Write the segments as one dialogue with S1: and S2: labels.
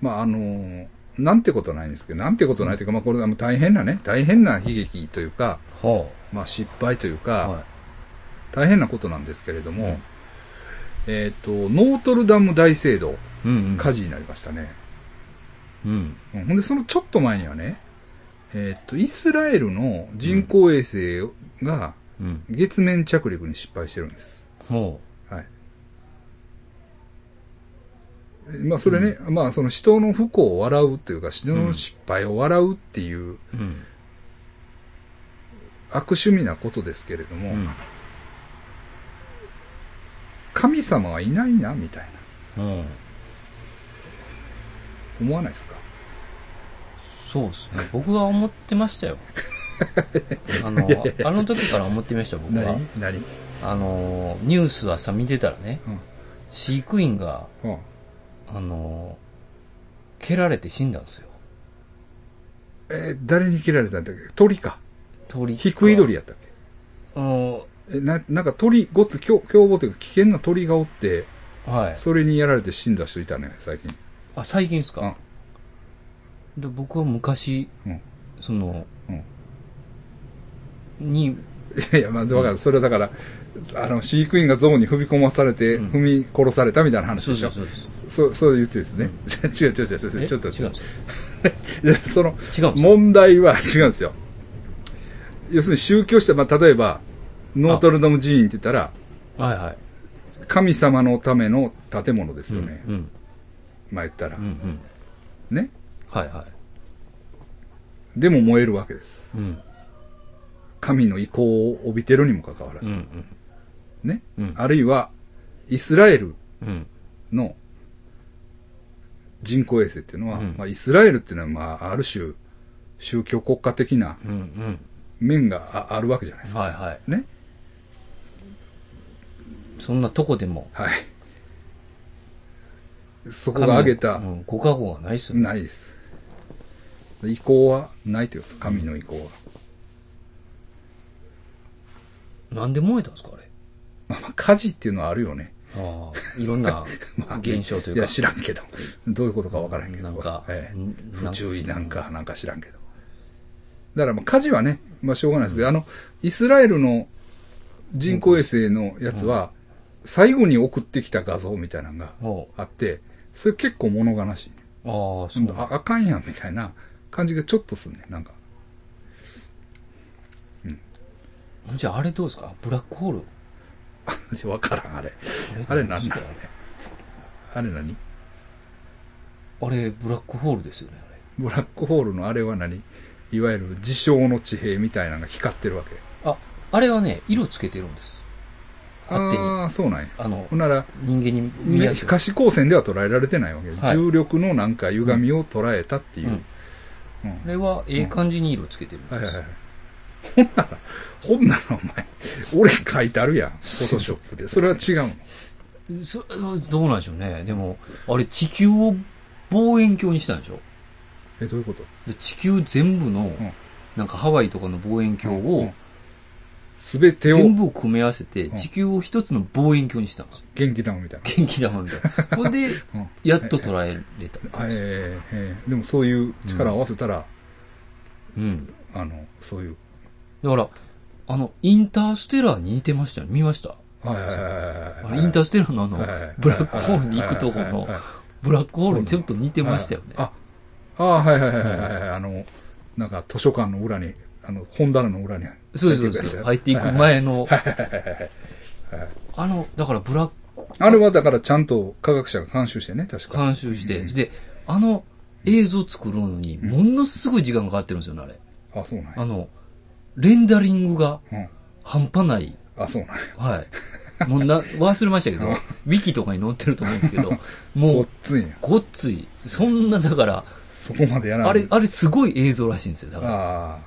S1: まああのなんてことないんですけど、なんてことないというか、まあこれはもう大変なね、大変な悲劇というか、
S2: ほ
S1: まあ失敗という
S2: う。
S1: か、
S2: は
S1: 大変なことなんですけれども、
S2: うん
S1: えっ、と、ノートルダム大聖堂、
S2: い。うん、うん。
S1: 火事になりましたね。
S2: うん。
S1: うん、ほんで、そのちょっと前にはね、えっ、と、イスラエルの人工衛星が
S2: うん。
S1: 月面着陸に失敗してるんです。
S2: ほ
S1: はい。えまあ、それね、まあ、その人の不幸を笑うというか、人の失敗を笑うっていう
S2: う。うん。
S1: 悪趣味なことですけれど
S2: う
S1: も、
S2: ん。
S1: 神様はいないな、みたいな。
S2: うん。
S1: 思わないですか
S2: そうですね。 僕は思って ましたよ。あの、あの時から思ってましたよ、僕は。
S1: 何何
S2: あの、ニュース朝見てたらね、
S1: うん
S2: 飼育員が、
S1: うん。
S2: あの、蹴られて死んだんですよ。
S1: えー誰に切られたんだっけ鳥か。
S2: 鳥か
S1: 低い鳥やったっ
S2: うん。は
S1: けえ、な、なんか鳥、ごつ、凶凶暴というか危険な鳥がおって、
S2: い。
S1: それにやられて死んだ人いたね、最近。
S2: あ、最近です
S1: う
S2: か、で僕は昔、
S1: うん
S2: その、
S1: うん
S2: に、
S1: ん。いや、まあ、わかる。それはだから、あの、飼育員が象に踏み込まされて、
S2: うん
S1: 踏み殺されたみたいな話でしょ。
S2: そうです。
S1: そう、そう言ってですね。 違う違う違う違う違う。
S2: え
S1: ちょっと、
S2: 違うんです
S1: いやその、
S2: よ。違うんですよ。
S1: 問題は違うんですよ。要するに宗教した、まあ、例えば、ノートルダム寺院って言ったら、
S2: はいはい。
S1: 神様のための建物です
S2: うん
S1: よね。
S2: うん。
S1: まあ言ったら
S2: うんう。ん。
S1: ね。
S2: はいは
S1: でも燃えるわけです。
S2: い。うん。
S1: 神の意向を帯びてるにもかかわら
S2: う
S1: ず。
S2: んうん。
S1: ね。
S2: うん。
S1: あるいは、イスラエル
S2: うん。
S1: の人工衛星っていうのは、
S2: うん
S1: まあ、イスラエルっていうのは、まあ、ある種、宗教国家的な
S2: うんうん。
S1: 面がああるわけじゃないですか。
S2: はいはい。
S1: ね。
S2: そんなとこでも。
S1: はい。そこが挙げた、
S2: 神のうん、ご加護がないっすよね。
S1: ないです。意向はないということです。神の意向は。
S2: なんで燃えたんですかあれ。
S1: まあまあ、火事っていうのはあるよね。
S2: ああ、いろんな
S1: まあ
S2: 現象という
S1: い
S2: か。
S1: や、知らんけど。どういうことかわからんけど。
S2: なんか
S1: ええ
S2: ん
S1: 不注意なんか、なんか知らんけど。だから、まあ、火事はね、まあ、しょうがないですけど、あの、イスラエルの人工衛星のやつは、最後に送ってきた画像みたいなのが
S2: ほう
S1: あって、それ結構物悲しい。
S2: ああ、そう。
S1: ああかんやん、みたいな感じがちょっとすんね。なんか、
S2: じゃああれどうですかブラックホール。
S1: わからん、あれ。あれ何
S2: です
S1: だ
S2: か
S1: ろうね。あれ何
S2: あれ、ブラックホールですよね、
S1: ブラックホールのあれは何いわゆる事象の地平みたいなのが光ってるわけ。
S2: あれ。あ、あれはね、色つけてるんです。勝手に。あ
S1: ああ、そうなんや。
S2: の
S1: ほん、なら、
S2: 人間に見やすい。
S1: 可視光線では捉えられてないわけ、
S2: はい
S1: 重力のなんか歪みを捉えたっていうう。
S2: ん。
S1: うん
S2: あれは、ええ感じに色つけてるんです。
S1: はいはいはい。ほんなら、ほんならお前、俺書いてあるやん。フォトショッ プで。それは違うの。
S2: そどうなんでしょうね。でも、あれ、地球を望遠鏡にしたんでしょ
S1: え、どういうこと
S2: で地球全部の、
S1: ん
S2: なんかハワイとかの望遠鏡
S1: う
S2: を
S1: ん、すべてを
S2: 全部を組み合わせて、
S1: うん
S2: 地球を一つの望遠鏡にしたんですよ。
S1: 元気だもんみたいな。
S2: 元気玉みたい な。ほんで、
S1: うん
S2: やっと捉えれた。
S1: えーえーでもそういう力を合わせたら、
S2: うん。
S1: あの、そういう。
S2: だから、あの、インターステラーに似てましたよね。見ました
S1: はいはいはいはい
S2: あ
S1: は
S2: の
S1: い。
S2: インターステラーのあの
S1: はいはいはい、
S2: ブラックホールに行くとこ
S1: はいは
S2: の
S1: いはいはい、
S2: ブラックホールにちょっと似てましたよね。
S1: あ、ああ、はいはいはいはいはいはい。あの、なんか図書館の裏に、あの、本棚の裏に。
S2: そうです、そうです。入っていく前の、あの、だからブラック
S1: あれはだからちゃんと科学者が監修してね、確か。
S2: 監修して、で、あの映像作るのに、ものすごい時間がかかってるんですよね、あれ。
S1: あ、そうなんや
S2: あ。の、レンダリングが
S1: うん。
S2: 半端ない。
S1: あ、そうなんや。
S2: はい。もうな、 忘れましたけど、ウィキとかに載ってると思うんですけど、も
S1: ご
S2: う
S1: っ、ついんや。
S2: ごっつい。そんな、だから、
S1: そこまでやらない。
S2: あれ、あれすごい映像らしいんですよ。だから。
S1: ああ。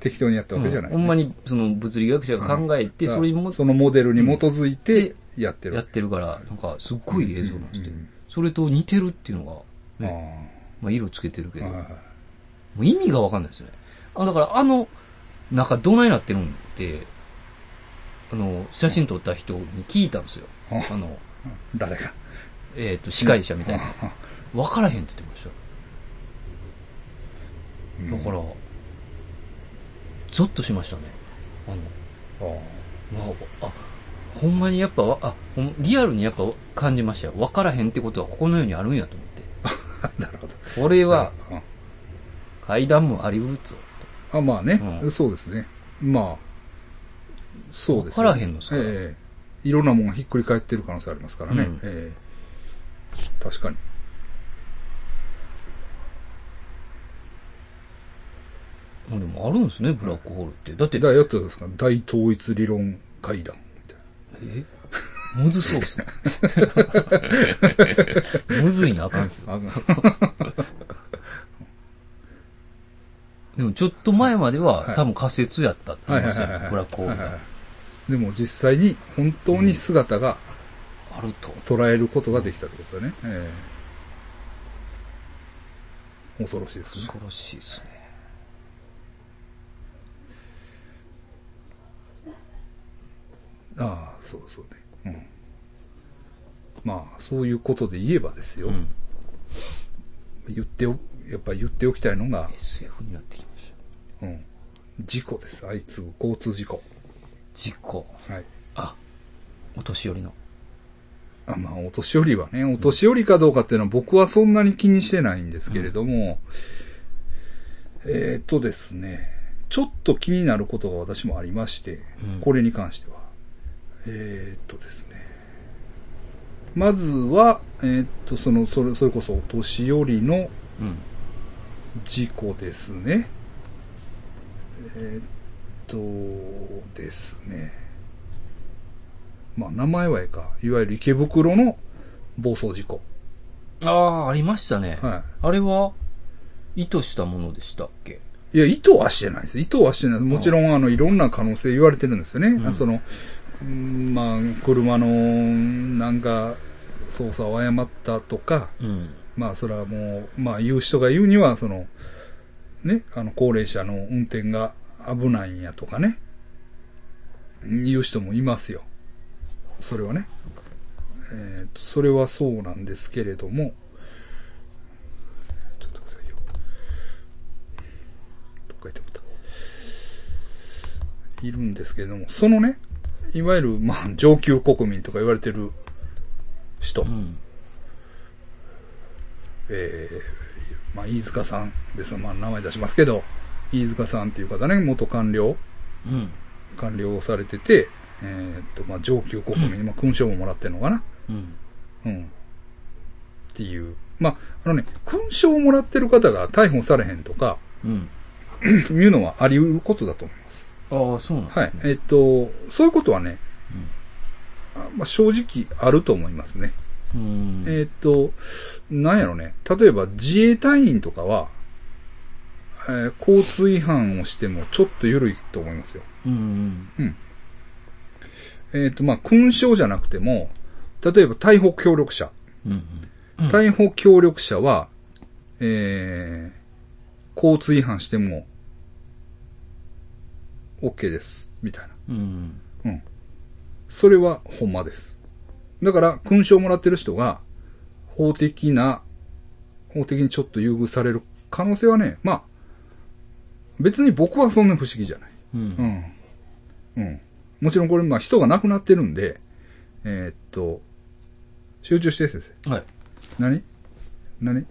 S1: 適当にやったわけじゃない。
S2: ほんまに、その物理学者が考えて、それにも
S1: そのモデルに基づいてやってる
S2: や
S1: わ
S2: っ
S1: け。
S2: てるから、なんか、すっごい映像なんですよ
S1: うんうんうん。
S2: それと似てるっていうの
S1: あ
S2: が、ね、まあ、色つけてるけ
S1: あ
S2: ど、
S1: はい
S2: も
S1: はいう
S2: 意味がわかんないですね。あ、だから、あの、中、どないなってるんって、あの、写真撮った人に聞いたんですよ。あの、
S1: 誰が。
S2: えっ、と、司会者みたいな。わからへんって言ってましたよ。
S1: うん
S2: だから、ゾッとしましたね。あ
S1: ああ
S2: の、まあ、あ、ほんまにやっぱわ、あ、ほんリアルにやっぱ感じましたよ。わからへんってことはここの世にあるんやと思って。
S1: なるほど。
S2: これは
S1: うん
S2: 階段もありうるっつ
S1: あ、まあね、
S2: うん
S1: そうですね。まあ、そうです
S2: わからへんのっすから
S1: ええいろんなもんひっくり返ってる可能性ありますからね。
S2: うん
S1: ええ確かに。
S2: もうでもあるんですね、ブラックホールって。だって、
S1: だやったですか大統一理論会談みたいな。
S2: え むずそうっすね。 むずいなあかんっすよ。でもちょっと前までは多分仮説やったって言いますよ、ブラックホール
S1: はいは
S2: が
S1: いはいでも実際に本当に姿が
S2: あると。
S1: 捉えることができたってことだね。ええ恐ろしいですね。
S2: 恐ろしいですね。
S1: ああ、そうそうね。うん。まあ、そういうことで言えばですよ。
S2: うん。
S1: 言ってお、やっぱ言っておきたいのが、
S2: SF になってきました。
S1: うん。事故です。相次ぐ交通事故。
S2: 事故。
S1: はい。
S2: あ、お年寄りの。
S1: あまあ、お年寄りはね、お年寄りかどうかっていうのは僕はそんなに気にしてないんですけれども、えーっとですね、ちょっと気になることが私もありまして、
S2: うん
S1: これに関しては。えーっとですね、まずは、えーっと、その、それ、それこそお年寄りの
S2: うん。
S1: 事故ですね。えーっとですね。まあ、名前はええか。いわゆる池袋の暴走事故。
S2: ああ、ありましたね。
S1: は
S2: あれは、意図したものでしたっけ
S1: い。いや、意図はしてないです。意図はしてない。もちろん、あの、いろんな可能性言われてるんですよね。
S2: ん
S1: その、うんまあ、車の、なんか、操作を誤ったとか、
S2: うん。
S1: まあ、それはもう、まあ、言う人が言うには、その、ね、あの、高齢者の運転が危ないんやとかね、言う人もいますよ。それはね。えっ、と、それはそうなんですけれども、ちょっと待ってくださいよ。どっか行ってもった。いるんですけれども、そのね、いわゆる、まあ、上級国民とか言われてる人、
S2: うん。
S1: えー、まあ、飯塚さんです。まあ、名前出しますけど、飯塚さんっていう方ね、元官僚、
S2: うん。
S1: 官僚をされてて、えーっと、まあ、上級国民、まあ、勲章ももらってるのかな
S2: うん。
S1: うん。っていう。まあ、あのね、勲章をもらってる方が逮捕されへんとか、
S2: うん。
S1: いうのはあり得ることだと思います。
S2: ああ、そうなんです
S1: はい。
S2: ね。
S1: えーっと、そういうことはね、あまあ、正直あると思いますね。
S2: うん。うん。
S1: えーっと、なんやろね。例えば自衛隊員とかは、えー交通違反をしてもちょっと緩いと思いますよ。
S2: うん。
S1: えーっと、まあ、勲章じゃなくても、例えば逮捕協力者。
S2: うん。うん。
S1: 逮捕協力者は、えー、交通違反しても、OK です。みたいな。
S2: うん。
S1: うん。それはほんまです。だから、勲章をもらってる人が、法的な、法的にちょっと優遇される可能性はね、まあ、別に僕はそんな不思議じゃない。
S2: う。
S1: うんん。うん。もちろんこれ、まあ人が亡くなってるんで、えーっと、集中して先生。
S2: はい。
S1: 何何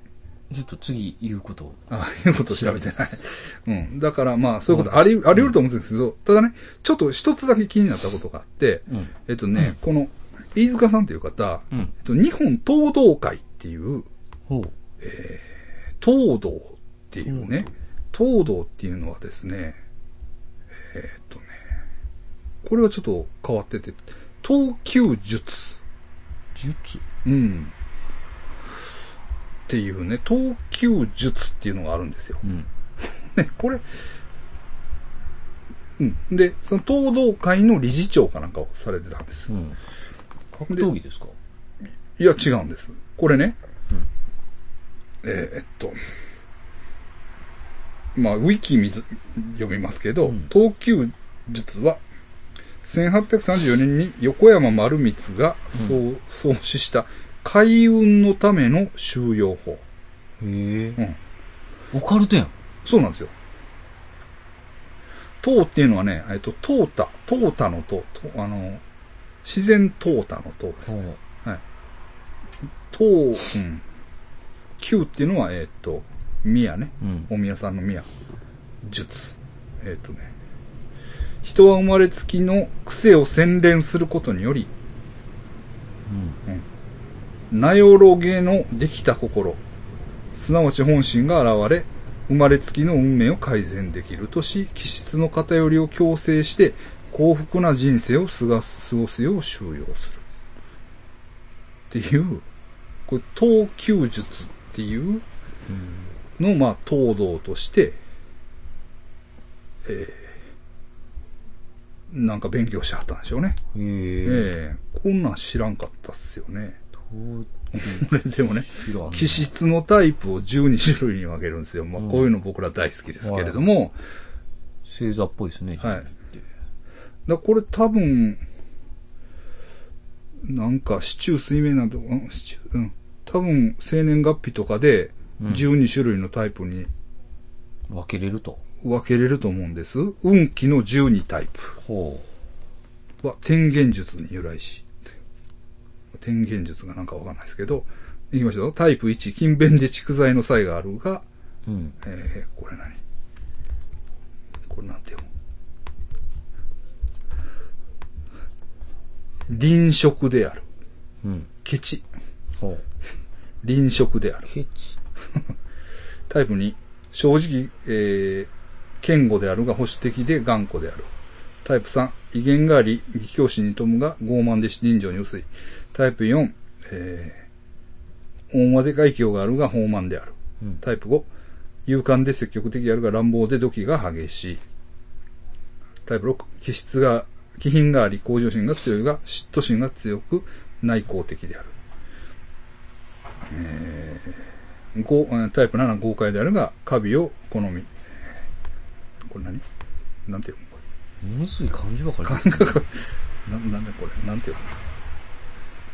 S2: ちょっと次言うことを。
S1: ああいうこと調べてない。 うん。だからまあ、そういうことあり、あり得ると思うんですけど、ただね、ちょっと一つだけ気になったことがあって、
S2: うん。
S1: えっとね、この、飯塚さんという方、
S2: うん
S1: えっと、日本東道会っていう、
S2: ほう。
S1: 東道っていうね、東道っていうのはですね、えっとね、これはちょっと変わってて、東急術。
S2: 術
S1: うん。っていうね、東急術っていうのがあるんですよ。
S2: うん。
S1: ね、これ、うん。で、その東道会の理事長かなんかをされてたんです
S2: う。ん。格闘技ですか
S1: いや、違うんです。これね。えーえっと。まあ、ウィキ見ず読みますけど、
S2: うん
S1: 東急術は、1834年に横山丸光がそう創始した開運のための収容法。
S2: へ
S1: うん
S2: え。オカルトやん。
S1: そうなんですよ。唐っていうのはね、えっと、唐太、唐太の唐、とあの、自然唐太の唐です。
S2: う。
S1: 唐、うん。旧っていうのは、えっと、宮ね。
S2: うん。
S1: お宮さんの宮。術。えっとね。人は生まれつきの癖を洗練することにより、ナヨロゲのできた心、すなわち本心が現れ、生まれつきの運命を改善できるとし、気質の偏りを強制して、幸福な人生を過ごす過ごすよう収容する。っていう、これ、東急術っていうのを、まあ、東道として、えー、なんか勉強してはったんでしょうね。
S2: うん。
S1: え
S2: へえ。
S1: えこんなん知らんかったっすよね。
S2: 当
S1: 俺、 でもね、
S2: 知らんな
S1: 気質のタイプを12種類に分けるんですよ。まあ、
S2: うん
S1: こういうの僕ら大好きですけれども、
S2: 星座っぽいですね、
S1: はい
S2: 12って
S1: だこれ多分、なんか、市中水面など、うん、市中、うん。多分、生年月日とかで、
S2: うん
S1: 12種類のタイプに
S2: 分けれると。
S1: 分けれると思うんです。運気の12タイ
S2: ほ
S1: プは、天元術に由来し、天元術がなんかわかんないですけど、いきましょう。タイプ1、勤勉で蓄財の際があるが、
S2: う。うん。
S1: えー、これ何これなんて読む臨食である。
S2: うん。
S1: ケチ。
S2: ほう。
S1: 臨食である。
S2: ケチ。
S1: タイプ2、正直、えー、堅固であるが保守的で頑固である。タイプ3、威厳があり、義教師に富むが傲慢で人情に薄い。タイプ4、えー、大まで外境があるが豊満である。
S2: うん。
S1: タイプ5、勇敢で積極的であるが乱暴で度胸が激しい。タイプ6、気質が、気品があり、向上心が強いが、嫉妬心が強く、内向的である。えー、ごうんタイプ7、豪快であるが、カビを好み。えーこれ何なんて読むこ
S2: むずい漢字ばかり
S1: れ。感覚、な、 なんだこれなんて読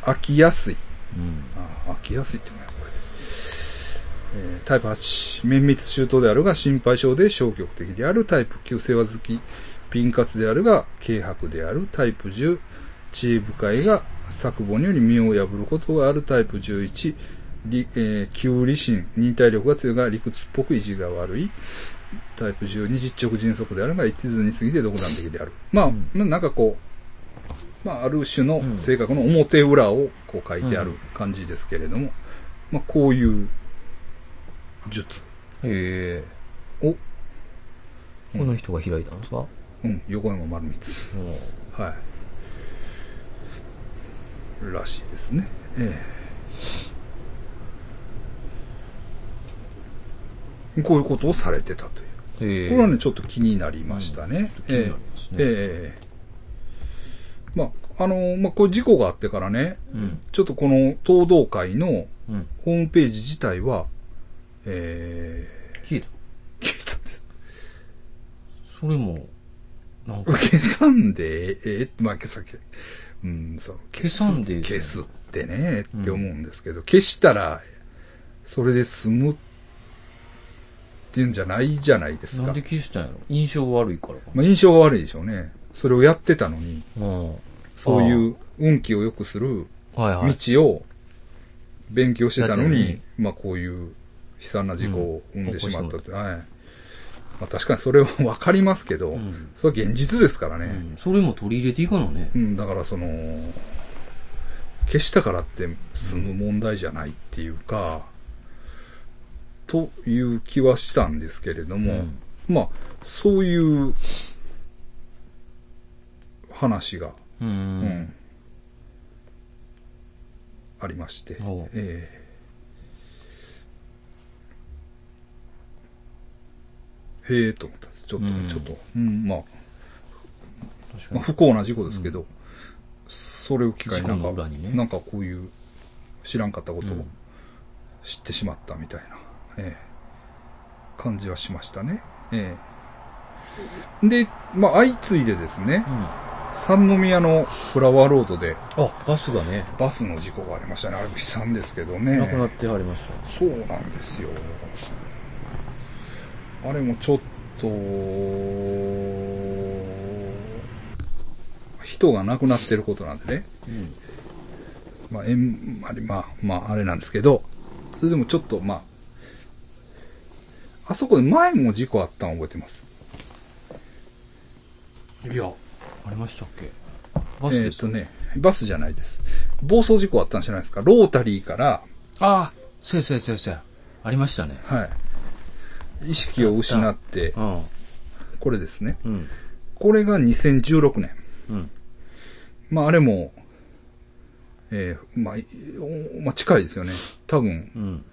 S1: む飽きやすい。
S2: うん。
S1: あ飽きやすいってもんやこれで、えータイプ8綿密周到であるが心配性で消極的であるタイプ9世話好きピン活であるが軽薄であるタイプ10知恵深いが作母により身を破ることがあるタイプ11りえー、急理心、忍耐力が強いが理屈っぽく意地が悪い。タイプ12、実直迅速であるが一途に過ぎて独断的である。まあ、
S2: うん
S1: ななんかこう、まあ、ある種の性格の表裏をこう書いてある
S2: うん
S1: 感じですけれども、まあ、こういう術
S2: へえ。
S1: を、
S2: この人が開いたんですかほ
S1: うん、横山丸光。
S2: う。
S1: はい。らしいですね。ええこういうことをされてたという。
S2: へえ。
S1: これはね、ちょっと気になりましたね。
S2: 気になりますね
S1: ええええまあ、あのーまあ、これ事故があってからね、
S2: うん。
S1: ちょっとこの東道会の
S2: うん。
S1: ホームページ自体は、え
S2: 消えた。
S1: え消えたんです。
S2: それも、なんか、
S1: 消さんでええ、ええ、まあ、消さ、消うん、そう、消す
S2: 消さんで
S1: 消すってね、って思うんですけど、消したら、それで済むっていうんじゃないじゃないです
S2: な
S1: か
S2: んで。消したんやろ印象悪いからか
S1: まあ、印象が悪いでしょうね。それをやってたのに、
S2: な。うん。
S1: そういう運気を良くする
S2: はいはい。
S1: 道を勉強してたの
S2: やって
S1: に、
S2: るのに
S1: まあこういう悲惨な事故を生んでしまった
S2: う
S1: っ
S2: ん
S1: て、はい。まあ確かにそれはわかりますけど、
S2: うん
S1: それは現実ですから
S2: う
S1: ね。
S2: ん。それも取り入れていかなね
S1: う。ん、だからその、消したからって済む問題じゃないっていうか、という気はしたんですけれども、
S2: うん
S1: まあそういう話がう
S2: う。
S1: んんありまして。
S2: ほう
S1: ええへえと思ったんです。ちょっと、
S2: うん
S1: ちょっと、うん、まあ、
S2: 確か
S1: まあ
S2: に。
S1: 不幸な事故ですけど、それを機会になん
S2: 事
S1: か
S2: 故の裏にね
S1: なんかこういう知らんかったこと
S2: う
S1: を
S2: ん
S1: 知ってしまったみたいな、ええ感じはしましたね。ええで、まあ相次いでですね、
S2: う
S1: 三宮のフラワーロードで
S2: あ、バスがね、
S1: バスの事故がありましたね。あれ悲惨ですけど
S2: なくな
S1: ね
S2: っ。てはりました。
S1: そうなんですよ。あれもちょっと、人が亡くなってることなんでね。
S2: うん。
S1: まあ、えんまり、まあ、まあ、あれなんですけど、それでもちょっと、まあ、あそこで前も事故あったの覚えてます。
S2: いや、ありましたっけバス
S1: え
S2: で
S1: っ
S2: す
S1: とね、バスじゃないです。暴走事故あったんじゃないですか。ロータリーから、
S2: ああ、そうやそうやそうやそうや。ありましたね。
S1: はい。意識を失って
S2: う、ん。
S1: これですね。
S2: うん。
S1: これが2016年。
S2: うん。
S1: まあ、あれも、えーまあ、いおまあ、近いですよね。多分、
S2: うん。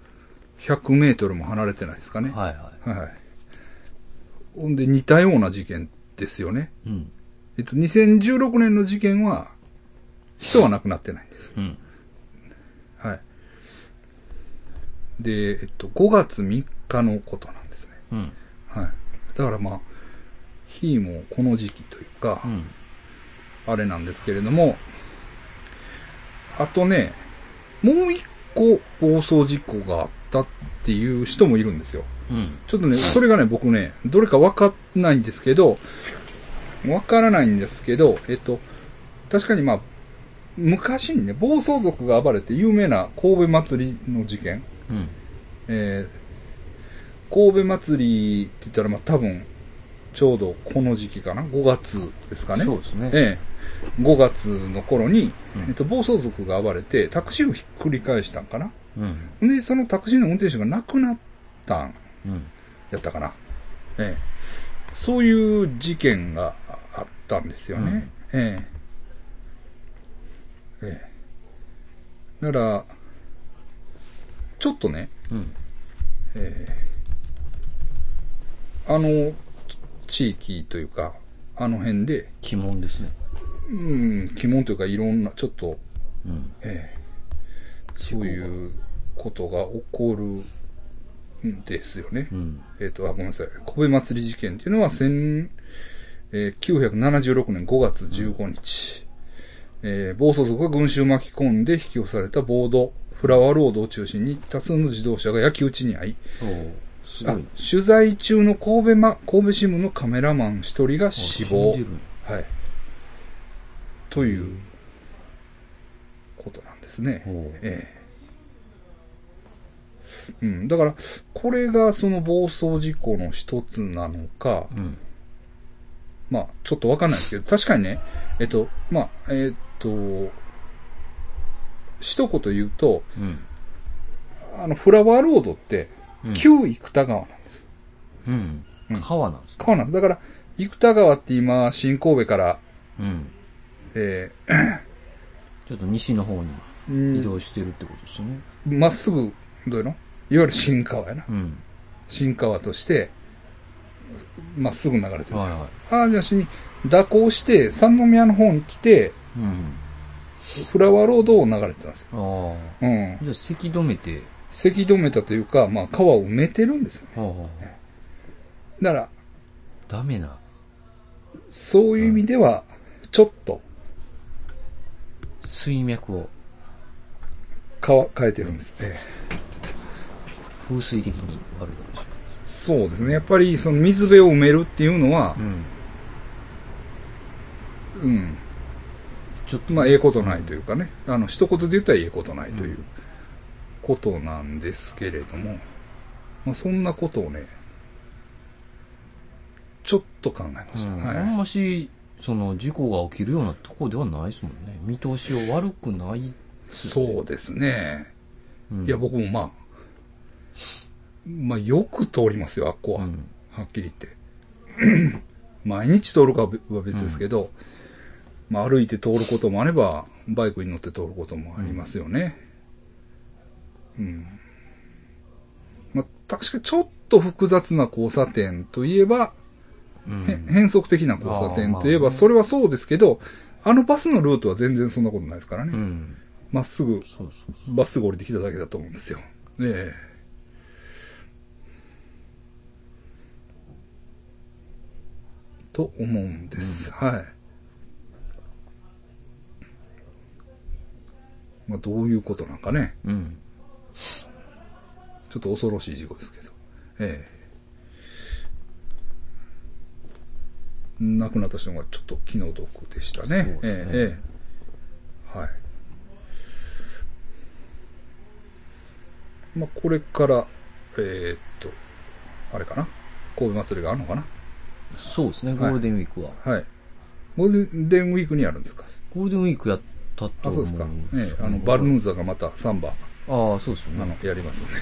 S1: 100メートルも離れてないですかね。
S2: はいは
S1: はい。ほんで、似たような事件ですよね。
S2: い。うん。
S1: えっと、2016年の事件は、人は亡くなってないんです。
S2: うん。
S1: はい。で、えっと、5月3日のことなんですね。
S2: うん。
S1: はい。だからまあ、日もこの時期というか、
S2: うん。
S1: あれなんですけれども、あとね、もう一個暴走事故があったっていう人もいるんですよ。
S2: うん。
S1: ちょっとね、それがね、僕ね、どれかわかんないんですけど、わからないんですけど、えっと、確かにまあ、昔にね、暴走族が暴れて有名な神戸祭りの事件、
S2: うん。
S1: えー神戸祭りって言ったらまあ多分、ちょうどこの時期かな ?5 月ですかね。
S2: そうですね。
S1: ええ5月の頃に、
S2: うん
S1: えっと、暴走族が暴れて、タクシーをひっくり返したんかな
S2: うん。
S1: で、そのタクシーの運転手が亡くなったん
S2: うん。
S1: やったかな。ええ。そういう事件があったんですよね。ええ。ええ。だから、ちょっとね、
S2: うん。
S1: ええあの地域というか、あの辺で、
S2: 鬼門ですね。
S1: うん、鬼門というかいろんな、ちょっと、
S2: うん。
S1: ええそういうことが起こるんですよね。
S2: うん。
S1: えっ、と、あ、ごめんなさい。神戸祭り事件っていうのは、千えー1976年5月15日、えー暴走族が群衆を巻き込んで引き寄せられたボード、フラワーロードを中心に多数の自動車が焼き討ちに遭い、
S2: おーすご
S1: あ
S2: い。
S1: 取材中の神戸,、ま、神戸新聞のカメラマン一人が死亡
S2: 死んで。る
S1: はい。ということなんですね。
S2: おう
S1: ええ。うん。だから、これがその暴走事故の一つなのか、
S2: うん。
S1: まあ、ちょっとわかんないですけど、確かにね、えっと、まあ、えっと、一言言うと、
S2: うん。
S1: あの、フラワーロードって、
S2: うん
S1: 旧生田川なんです。
S2: うん
S1: うん。
S2: 川なんですね。
S1: 川なんです。だから、生田川って今、新神戸から、
S2: うん。
S1: え
S2: ちょっと西の方に
S1: え
S2: 移動してるってことですよね。
S1: まっすぐ、どういうのいわゆる新川やな。
S2: うん。
S1: 新川として、まっすぐ流れてるじゃないです
S2: は
S1: か。ああー、じゃあしに、蛇行して、三宮の方に来て、
S2: うん。
S1: フラワーロードを流れてたんですよ。
S2: あ
S1: う
S2: あ。
S1: ん。
S2: じゃあ、咳止めて、
S1: せき止めたというか、まあ、川を埋めてるんですよね。
S2: はあはあ
S1: だから、
S2: ダメな。
S1: そういう意味では、ちょっと、
S2: 水脈を
S1: 川、変えてるんです。え
S2: 風水的に悪いかも
S1: え
S2: し
S1: そうですね。やっぱり、その水辺を埋めるっていうのは
S2: れ、ない。うん。
S1: うん。
S2: ちょっと、
S1: まあ、ええことないというかね。あの、一言で言ったらええことないということなんですけれども、まあ、そんなことをね、ちょっと考えま
S2: う
S1: した。
S2: ん、あん
S1: は
S2: まし、その事故が起きるようなとこではないですもんね。見通しを悪くない。
S1: い。そうですね。
S2: うん
S1: いや、僕もまあ、まあ、よく通りますよ、あっこ
S2: う
S1: は。
S2: ん。
S1: はっきり言って。 毎日通るかは別ですけど、まあ、歩いて通ることもあれば、バイクに乗って通ることもありますよね。うん。まあ、確かにちょっと複雑な交差点といえば、
S2: うん。
S1: へ変則的な交差点といえ
S2: あーまあ
S1: ば、
S2: ね
S1: それはそうですけど、あのバスのルートは全然そんなことないですから
S2: う
S1: ね。
S2: ん。
S1: まっすぐ、
S2: そうそう
S1: まっすぐ降りてきただけだと思うんですよ。ええと思うんです。はい。まあ、どういうことなんかね。
S2: うん。
S1: ちょっと恐ろしい事故ですけど。ええ。亡くなった人がちょっと気の毒でしたね。
S2: そうですね
S1: ええええ。はい。まあ、これから、えーっと、あれかな神戸祭りがあるのかな
S2: そうですね、
S1: い
S2: ゴールデンウィークは。
S1: はい。ゴールデンウィークにあるんですか
S2: ゴールデンウィークやったと
S1: あ、
S2: 思
S1: そう
S2: う。
S1: ですか。ええ、あの、バルヌーザがまたサンバ、
S2: ああ、そうですよ
S1: あ
S2: ね。
S1: の、やりますんで。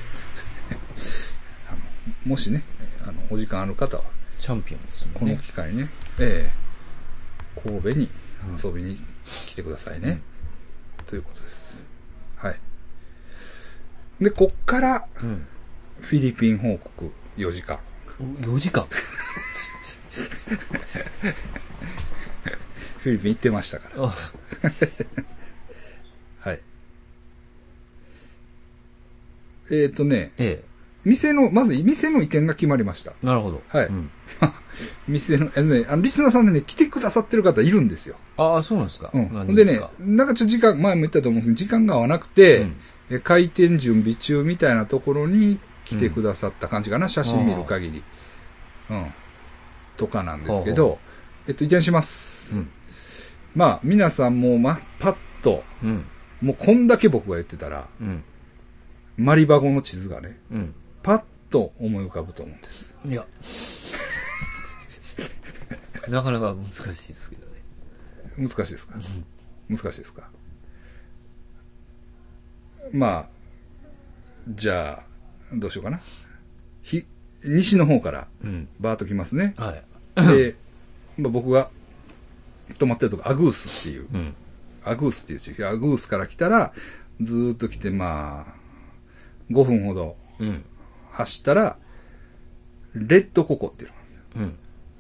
S1: あのもしね、あの、お時間ある方は、
S2: チャンピオンですも
S1: こ
S2: ん
S1: の
S2: ね。
S1: 機会ね、ええ神戸に遊びに来てくださいね。ということです。はい。で、こっから、
S2: うん。
S1: フィリピン報告4時間。
S2: 4時間。
S1: フィリピン行ってましたから。
S2: あ
S1: はい。えっ、とね、
S2: え
S1: 店の、まず店の移転が決まりました。
S2: え。なるほど。
S1: はい
S2: うん
S1: 店の、あのね、あの、リスナーさんでね、来てくださってる方いるんですよ。
S2: ああ、そうなんですか。
S1: うん。
S2: 何
S1: ほん
S2: 人
S1: でね
S2: か、
S1: なんかちょっと時間、前も言ったと思うんですけど、時間が合わなくて、
S2: うん
S1: え開店準備中みたいなところに来てくださった感じかな、写真見る限り。うん。とかなんですけ
S2: ほう
S1: ど、えっと、移転します。
S2: うん
S1: まあ、皆さんもう、ま、パッと、
S2: うん。
S1: もうこんだけ僕が言ってたら、
S2: うん。
S1: マリバゴの地図がね、
S2: うん。
S1: パッと思い浮かぶと思うんです。
S2: いや。 なかなか難しいですけどね。
S1: 難しいですか、難しいですかまあ、じゃあ、どうしようかな。ひ、西の方から、
S2: うん。
S1: バーッと来ますね。
S2: はい。
S1: で、まあ、僕が泊まってるとこ、アグースっていう、
S2: うん。
S1: アグースっていう地域、アグースから来たら、ずーっと来て、まあ、5分ほど
S2: うん。
S1: 走ったら、レッドココっていうのがあるんですよ。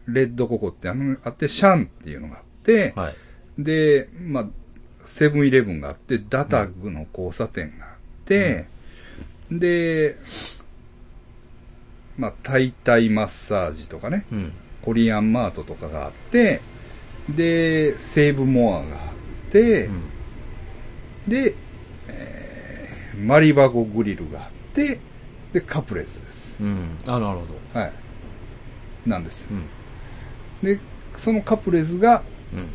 S2: うん。
S1: レッドココってあのあって、シャンっていうのがあって、
S2: はい。
S1: で、まあ、セブンイレブンがあって、ダタグの交差点があって、で、まあ、タイタイマッサージとかね、
S2: うん。
S1: コリアンマートとかがあって、で、セーブモアがあって、
S2: うん。
S1: で、えーマリバゴグリルがあって、で、カプレスです。
S2: うん。あ、なるほど。
S1: はい。なんです
S2: う。ん。
S1: で、そのカプレスが、
S2: うん。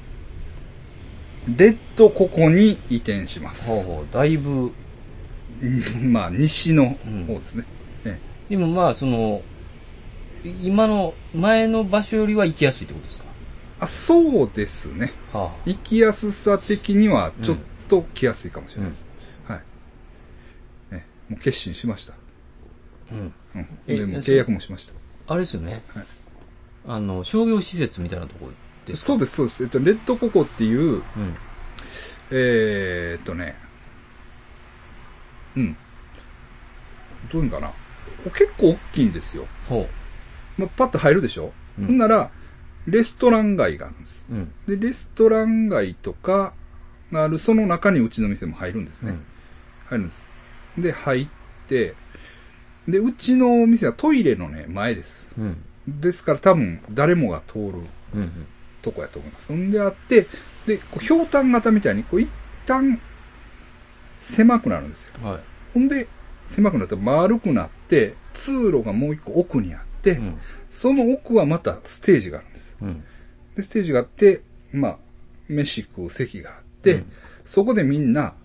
S1: レッドココに移転します。
S2: ほうほう。だいぶ、
S1: うん まあ、西の方ですね。え
S2: でもまあ、その、今の、前の場所よりは行きやすいってことですか
S1: えあそうですね。
S2: はあ。
S1: 行きやすさ的には、ちょっと来やすいかもしれないです。はい。ええもう決心しました。
S2: うん。
S1: うん。
S2: え
S1: でもう契約もしました。
S2: あれですよね。
S1: はい
S2: あの、商業施設みたいなところですか
S1: そうです、そうです。えっと、レッドココっていう、
S2: うん。
S1: えーっとね、うん。どういうんかな。結構大きいんですよ。
S2: ほ
S1: まあ、パッと入るでしょ、
S2: うん
S1: ほんなら、レストラン街があるんです。
S2: う。うん。
S1: で、レストラン街とかがある、その中にうちの店も入るんですね。入るんです。で、入って、で、うちのお店はトイレのね、前です。
S2: うん。うん。
S1: ですから多分、誰もが通る
S2: うん。うん。
S1: とこやと思います。んであって、で、こう、ひょうたん型みたいに、こう、一旦、狭くなるんですよ。
S2: は
S1: ほんで、狭くなって丸くなって、通路がもう一個奥にあって、
S2: い。うん。
S1: その奥はまたステージがあるんです。
S2: うん。
S1: で、ステージがあって、まあ、飯食う席があって、
S2: うん
S1: そこでみんな、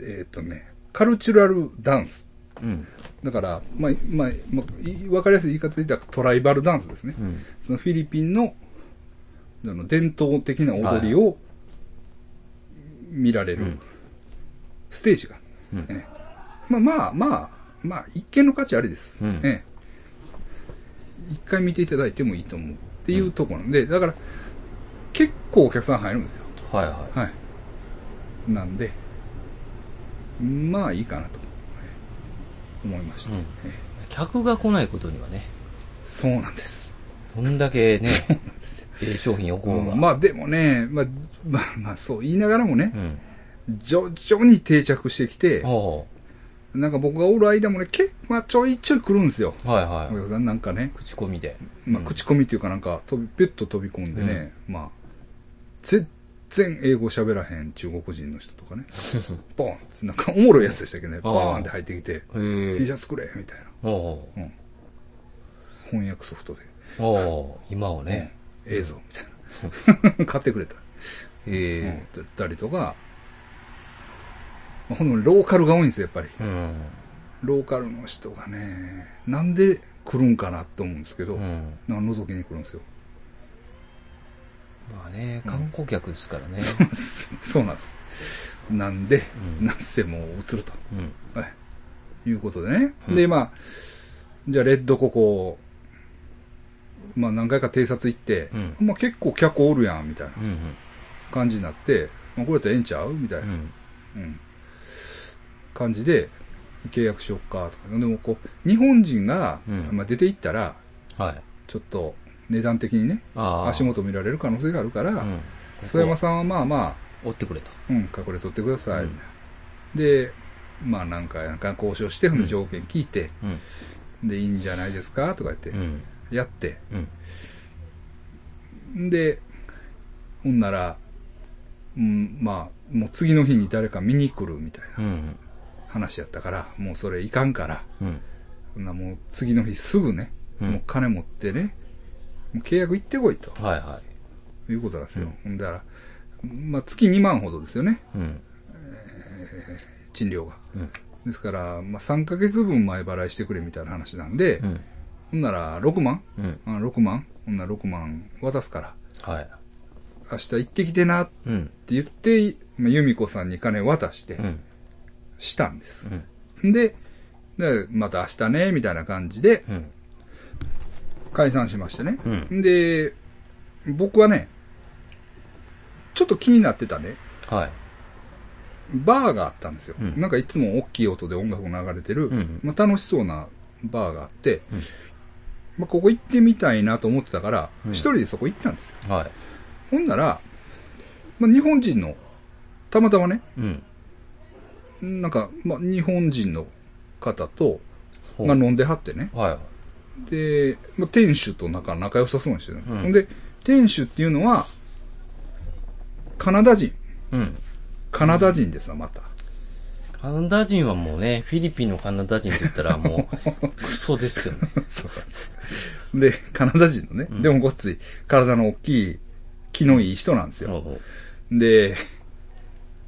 S1: えっ、とね、カルチュラルダンス。
S2: うん。
S1: だから、まあ、まあ、もういわかりやすい言い方で言ったらトライバルダンスですね。
S2: うん。
S1: そのフィリピンの、あの、伝統的な踊りを見られ
S2: う
S1: る
S2: ん
S1: ステージがあるんです、
S2: うん
S1: ええまあまあまあ、まあ、一見の価値ありです。
S2: うん
S1: ええ一回見ていただいてもいいと思うっていうところなんで、だから、結構お客さん入るんですよ。
S2: はいは
S1: はい。なんで、まあいいかなと、ええ思いました、
S2: うん
S1: ええ
S2: い。客が来ないことにはね、
S1: そうなんです。
S2: どんだけ ね、
S1: そうなんですよ。
S2: えー商品をこうが。
S1: まあでもね、まあ、まあ、まあそう言いながらもね
S2: う、ん。
S1: 徐々に定着してきて、
S2: ほ
S1: なんか僕がおる間もね、結構、まあちょいちょい来るんですよ。
S2: うほう。はい
S1: お
S2: は
S1: 客さんなんかね
S2: い。、口コミで。
S1: まあ口コミっていうかなんか、飛び、ぴゅっと飛び込んでね、まあ、全然英語喋らへん中国人の人とかね、ポンって、なんかおもろいやつでしたけどね、
S2: ああ
S1: ポーンって入ってきて、
S2: へ
S1: T
S2: ー
S1: シャツくれみたいな。
S2: おう
S1: うん。翻訳ソフトで。
S2: おう今はね。
S1: うん。ええぞ、みたいな。 買ってくれた。うん。
S2: え
S1: って言ったりとか、まあ、ほんのローカルが多いんですよ、やっぱり。
S2: え。うん。
S1: ローカルの人がね、なんで来るんかなと思うんですけど、
S2: うん。
S1: なんか覗きに来るんですよ。
S2: まあね、観光客ですからね。
S1: そうなんです。なんで、
S2: うん
S1: なんせもう映ると。
S2: うん。
S1: いうことでね。
S2: うん
S1: で、まあ、じゃあ、レッドここ、まあ何回か偵察行って、
S2: うん
S1: まあ結構客おるやん、みたいな
S2: うん。うん。
S1: 感じになって、まあこれやったらええんちゃうみたいうな、
S2: ん。
S1: うん感じで、契約しよっか、とか。でもこう、日本人が、
S2: うん
S1: まあ出て行ったら、
S2: はい。
S1: ちょっと値段的にね、
S2: ああ。
S1: 足元見られる可能性があるから、
S2: うん。
S1: 曽山さんはまあまあ、
S2: 追ってくれと。
S1: うん、隠れとってください、
S2: うん
S1: みたいなで、まあなんか、なんか交渉して、ほんで条件聞いて、
S2: うん。
S1: で、いいんじゃないですかとか言って
S2: う、ん。
S1: やって、
S2: うん。
S1: んで、ほんなら、うん、まあ、もう次の日に誰か見に来るみたいな
S2: うん。
S1: 話やったから、もうそれいかんから、
S2: うん。
S1: ほんなもう次の日すぐね、
S2: うん
S1: もう金持ってね、もう契約行ってこいと
S2: はいは
S1: いうことなんですよ。ほんだら、まあ月2万ほどですよね、
S2: い。うん。
S1: 賃料が。
S2: うん。
S1: ですから、まあ3ヶ月分前払いしてくれみたいな話なんで、
S2: うん。
S1: ほんなら6万
S2: うん。
S1: あ ?6 万ほんなら6万渡すから、
S2: はい。
S1: 明日行ってきてなっ
S2: うん。
S1: って言って、まあ由美子さんに金渡して
S2: う、ん。
S1: したんです。
S2: うん。
S1: で、でまた明日ね、みたいな感じで
S2: うん。
S1: 解散しましてね。
S2: うん。
S1: で、僕はね、ちょっと気になってたね、
S2: はい。
S1: バーがあったんですよ。
S2: うん
S1: なんかいつも大きい音で音楽が流れてる、
S2: うん
S1: まあ楽しそうなバーがあって、
S2: うん
S1: まあここ行ってみたいなと思ってたから、
S2: うん
S1: 一人でそこ行ったんですよ。
S2: はい。
S1: ほんなら、まあ日本人の、たまたまね、
S2: うん。
S1: なんか、まあ、日本人の方と、
S2: ほう
S1: が飲んではってね。
S2: は
S1: で、まあ、店主となんか仲良さそうにしてるの。
S2: うん
S1: ほんで、店主っていうのは、カナダ人。
S2: い。うん。
S1: カナダ人ですな、また。
S2: カナダ人はもうね、フィリピンのカナダ人って言ったらもう、クソで すよね。
S1: そうそう。で、カナダ人のね、
S2: うん
S1: でもごっつい、体の大きい、気のいい人なんですよ。
S2: も
S1: で、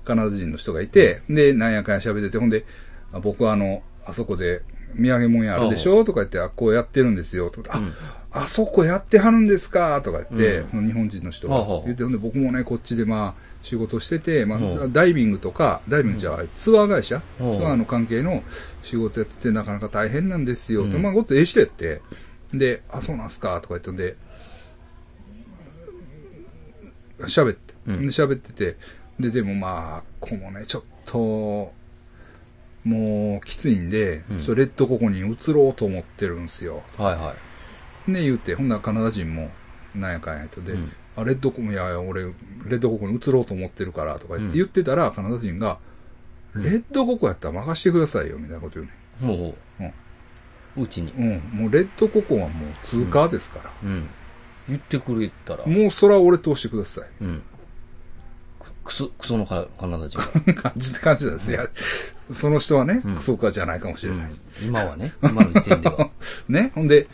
S1: カナダ人の人がいて、で、なんやかんや喋ってて、ほんで、あ僕はあの、あそこで、土産物屋あるでしょとか言って、あ、こうやってるんですよ。とか、あ、
S2: うん
S1: あそこやってはるんですかとか言って、
S2: うん
S1: その日本人の人
S2: あ
S1: が
S2: あ
S1: 言って、ほんで僕もね、こっちでまあ、仕事してて、ま
S2: う
S1: あ、
S2: ん
S1: ダイビングとか、ダイビングじゃあ、ツアー会社、
S2: うん
S1: ツアーの関係の仕事やってて、なかなか大変なんですよ。と
S2: うん
S1: まあ、ごっつええ人やって、で、あ、そうなんすかとか言って、ほんで、喋って、
S2: う
S1: で
S2: ん
S1: 喋ってて、で、でもまあ、こもね、ちょっと、もう、きついんで、
S2: うん
S1: ちょっとレッドここに移ろうと思ってるんすよ。
S2: うはいは
S1: ね、言うて、ほんならカナダ人も、なんやかんやとで、
S2: うん
S1: あ、レッドコいやいや、俺、レッドココに移ろうと思ってるから、とか言っ
S2: うん
S1: て言ってたら、カナダ人が、レッドココやったら任してくださいよ、みたいなこと言うね。
S2: い。もう、うちに。
S1: うん、もうレッドココはもう通過ですから。
S2: うん。言ってくれたら、
S1: もうそら俺通してください。
S2: うん。くクソ、クソのカカナダ人が。
S1: 感じって感じなんですよ。その人はね、
S2: うん
S1: クソかじゃないかもしれない。
S2: 今はね、今の時点 では。
S1: ね、ほんで、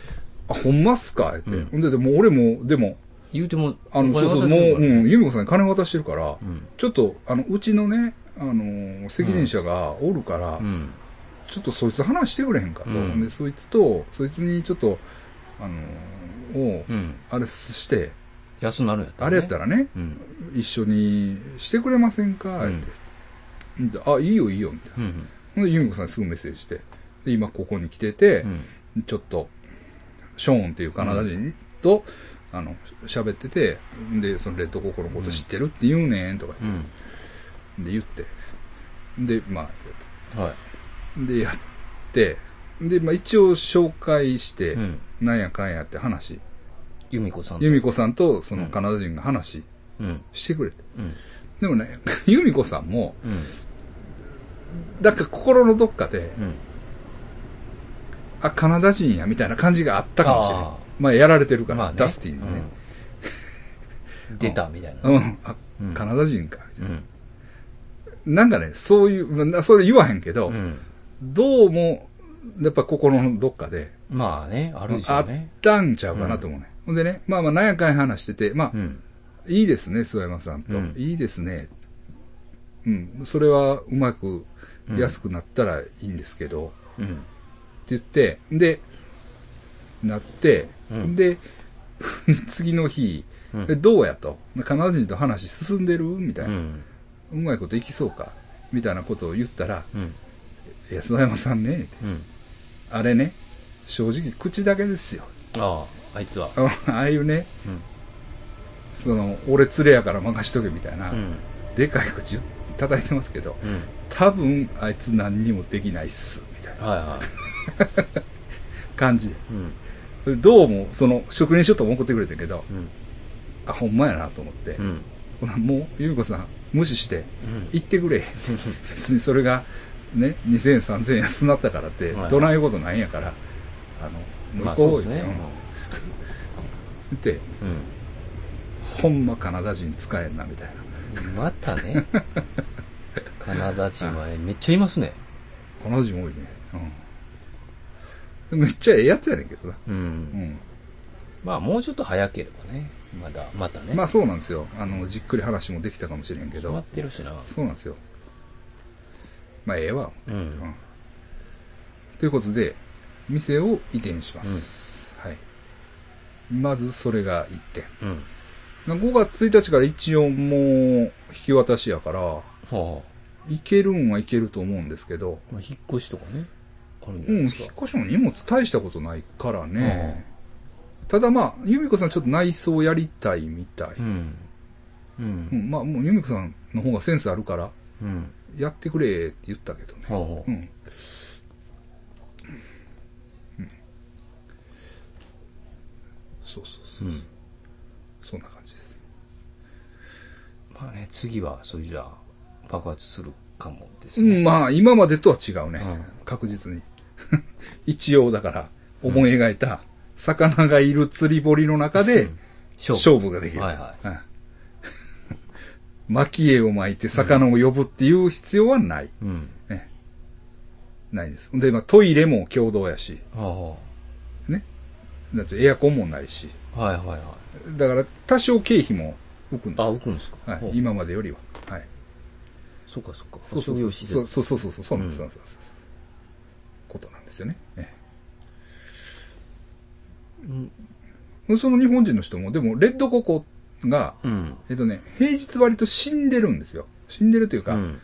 S1: あ、ほんまっすかって。
S2: うん
S1: ほんで、でも俺も、でも、
S2: 言うても、
S1: あの、
S2: お
S1: そ
S2: 金
S1: うそう、
S2: 渡
S1: もう、
S2: してるから
S1: うん、ユミコさんに金渡してるから、
S2: うん。
S1: ちょっと、あの、うちのね、あのー責任者がおるから、
S2: うん。
S1: ちょっとそいつと話してくれへんかと。
S2: うん
S1: で、そいつと、そいつにちょっと、あのーを、
S2: うん。
S1: あれして、
S2: 安なるんやった
S1: あれやった
S2: らね。
S1: らね、
S2: うん。
S1: 一緒にしてくれませんかって、であ、いいよいいよ、みたいな。
S2: うん。
S1: ほんで、ユミコさんにすぐメッセージして、で、今ここに来てて
S2: う、ん。
S1: ちょっと、ショーンっていうカナダ人と、あの、喋ってて、で、そのレッドココのこと知ってるって言うねん、とか
S2: う
S1: 言って、
S2: ん。
S1: で言って、で、まあ、
S2: は
S1: で、やって、で、まあ一応紹介して
S2: い。う、ん。
S1: なんやかんやって話、
S2: 由美子さんと。
S1: 由美子さんとその
S2: うん
S1: カナダ人が話
S2: うん。
S1: してくれて。
S2: うん。
S1: でもね、 由美子さんも、
S2: うん。
S1: なんか心のどっかで、
S2: うん。
S1: あ、カナダ人や、みたいな感じがあったかもしれない
S2: あー。
S1: まあやられてるから、
S2: まあね。
S1: ダスティンにね。
S2: うん。出たみたいな。
S1: うん、あ、
S2: うん
S1: カナダ人か、みたい
S2: うん。
S1: な。なんかね、そういう、なそれ言わへんけど、
S2: うん。
S1: どうも、やっぱ心のどっかで、
S2: まあね、あるでしょ
S1: あ
S2: うね。
S1: ったんちゃうかなと思うね。ほんでね、まあまあ、なんやかんや話してて、まあ、
S2: うん。
S1: いいですね、諏訪山さんと。
S2: うん
S1: いいですね。うん、それはうまく
S2: うん
S1: 安くなったらいいんですけど、って
S2: うん。
S1: 言って、で、なって、
S2: うん
S1: で、 次の日、
S2: うん
S1: えどうやと、カナダ人と話進んでるみたいな、
S2: う。
S1: うんまいこといきそうかみたいなことを言ったら、
S2: うん。
S1: いや、諏訪山さんね、って
S2: うん。
S1: あれね、正直口だけですよ。
S2: ああ、あいつは。
S1: あのああいうね、
S2: うん。
S1: その、俺連れやから任しとけみたいな、
S2: うん。
S1: でかい口叩いてますけど、
S2: うん。
S1: 多分あいつ何にもできないっす、みたいな
S2: はいは
S1: 感じ
S2: い。う
S1: で。
S2: ん。
S1: どうも、その、職人所とも怒ってくれてんけど、
S2: うん。
S1: あ、ほんまやなと思って、
S2: うん。
S1: ほなもう、ゆみこさん、無視して、
S2: うん。
S1: 行ってくれ。別にそれが、ね、2000円、3000円安なったからって
S2: は、い
S1: どないいうことないんやから、あの、
S2: ま
S1: も
S2: あ
S1: う行
S2: そ
S1: こ
S2: う
S1: う
S2: です
S1: よ。
S2: ね。
S1: うんで、
S2: うん。
S1: ほんまカナダ人使えんな、みたいな。
S2: また ね。カナダ人はねめっちゃいますね。
S1: カナダ人多いね。うん。めっちゃええやつやねんけどな。う
S2: う。
S1: んん。
S2: まあもうちょっと早ければね。まだ、またね。
S1: まあそうなんですよ。あの、じっくり話もできたかもしれんけ
S2: 決ま
S1: ど
S2: っ。てるしな。
S1: そうなんですよ。まあええわ。
S2: う。
S1: うんん。ということで、店を移転します。はい。まずそれが1点。
S2: うん。
S1: な5月1日から一応もう引き渡しやから、
S2: はあ。
S1: 行けるんは行けると思うんですけど、
S2: まあ、引っ越しとかね。あるんじ
S1: う
S2: ゃ
S1: ん
S2: な、い
S1: 引
S2: で
S1: っ
S2: すか。
S1: 越しも荷物大したことないからね。ただまあ、由美子さんちょっと内装やりたいみたい。う
S2: う
S1: ん
S2: ん。うん。
S1: まあ、もう由美子さんの方がセンスあるから、
S2: うん。
S1: やってくれって言ったけどね。
S2: は
S1: う
S2: あ。
S1: ん。うんそうそうそう。
S2: うん。
S1: そんな感じです。
S2: まあね、次は、それじゃあ、爆発するかもです
S1: う
S2: ね。
S1: ん、まあ、今までとは違うね。
S2: うん
S1: 確実に。 一応、だから、思い描いた、魚がいる釣り堀の中で、
S2: 勝負。
S1: 勝負ができる。
S2: はいは
S1: うん 蒔絵を巻いて魚を呼ぶっていう必要はない。
S2: い。うん。
S1: ね、ないです。で、まあ、トイレも共同やし、
S2: は
S1: ね。だってエアコンもないし。
S2: あ。はいはいはい。
S1: だから、多少経費も浮くんで
S2: あ、浮くんです
S1: す。
S2: か。
S1: は
S2: ほう
S1: い。今までよりは。はい。
S2: そうかそうか。
S1: そうそう
S2: 商
S1: そ
S2: 業
S1: う
S2: 施
S1: そう
S2: 設。
S1: そうそうそうそうなんです、
S2: う
S1: そうんなんですそうなんですことなんですよね。え
S2: うん。
S1: えその日本人の人も、でも、レッドココが、
S2: うん。
S1: えっとね、平日割と死んでるんですよ。死んでるという
S2: う
S1: か、
S2: ん。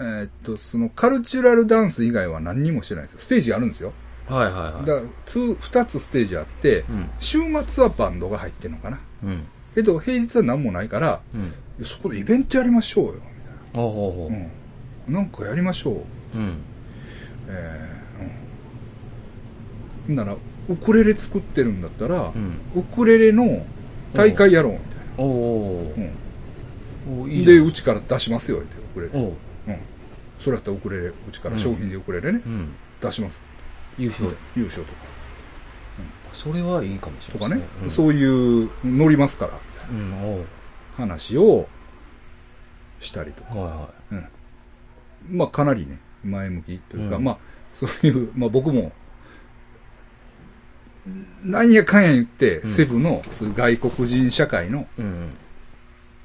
S1: えーっと、そのカルチュラルダンス以外は何にもしてないんですよ。ステージがあるんですよ。
S2: はいはいはい。
S1: だから、つ二つステージあって
S2: う、ん。
S1: 週末はバンドが入ってるのかな。
S2: うん。
S1: けど、平日は何もないから、
S2: うん。
S1: いやそこでイベントやりましょうよ、みた
S2: あほうほ
S1: いな。うん。なんかやりましょう。
S2: う。うん。
S1: えーうん。なら、ウクレレ作ってるんだったら、
S2: うん。
S1: ウクレレの大会やろう、みたいな。
S2: おお
S1: うん。
S2: おいい
S1: で、
S2: じゃん
S1: うちから出しますよ、って、ウクレレ。
S2: おう
S1: うん。それやったらウクレレ、うちから商品でウクレレね、
S2: うん。
S1: 出します。
S2: 優勝。
S1: 優勝とか。
S2: それはいいかもし
S1: と
S2: れ
S1: か
S2: ない
S1: ね。
S2: です。うん
S1: そういう、乗りますから、みたいな
S2: うん、おう
S1: 話をしたりとか。
S2: はいは
S1: うん。まあ、かなりね、前向きというか、
S2: うん
S1: まあ、そういう、まあ僕も、なんやかんや言って、
S2: ん
S1: セブの、そういう外国人社会の
S2: い。うん。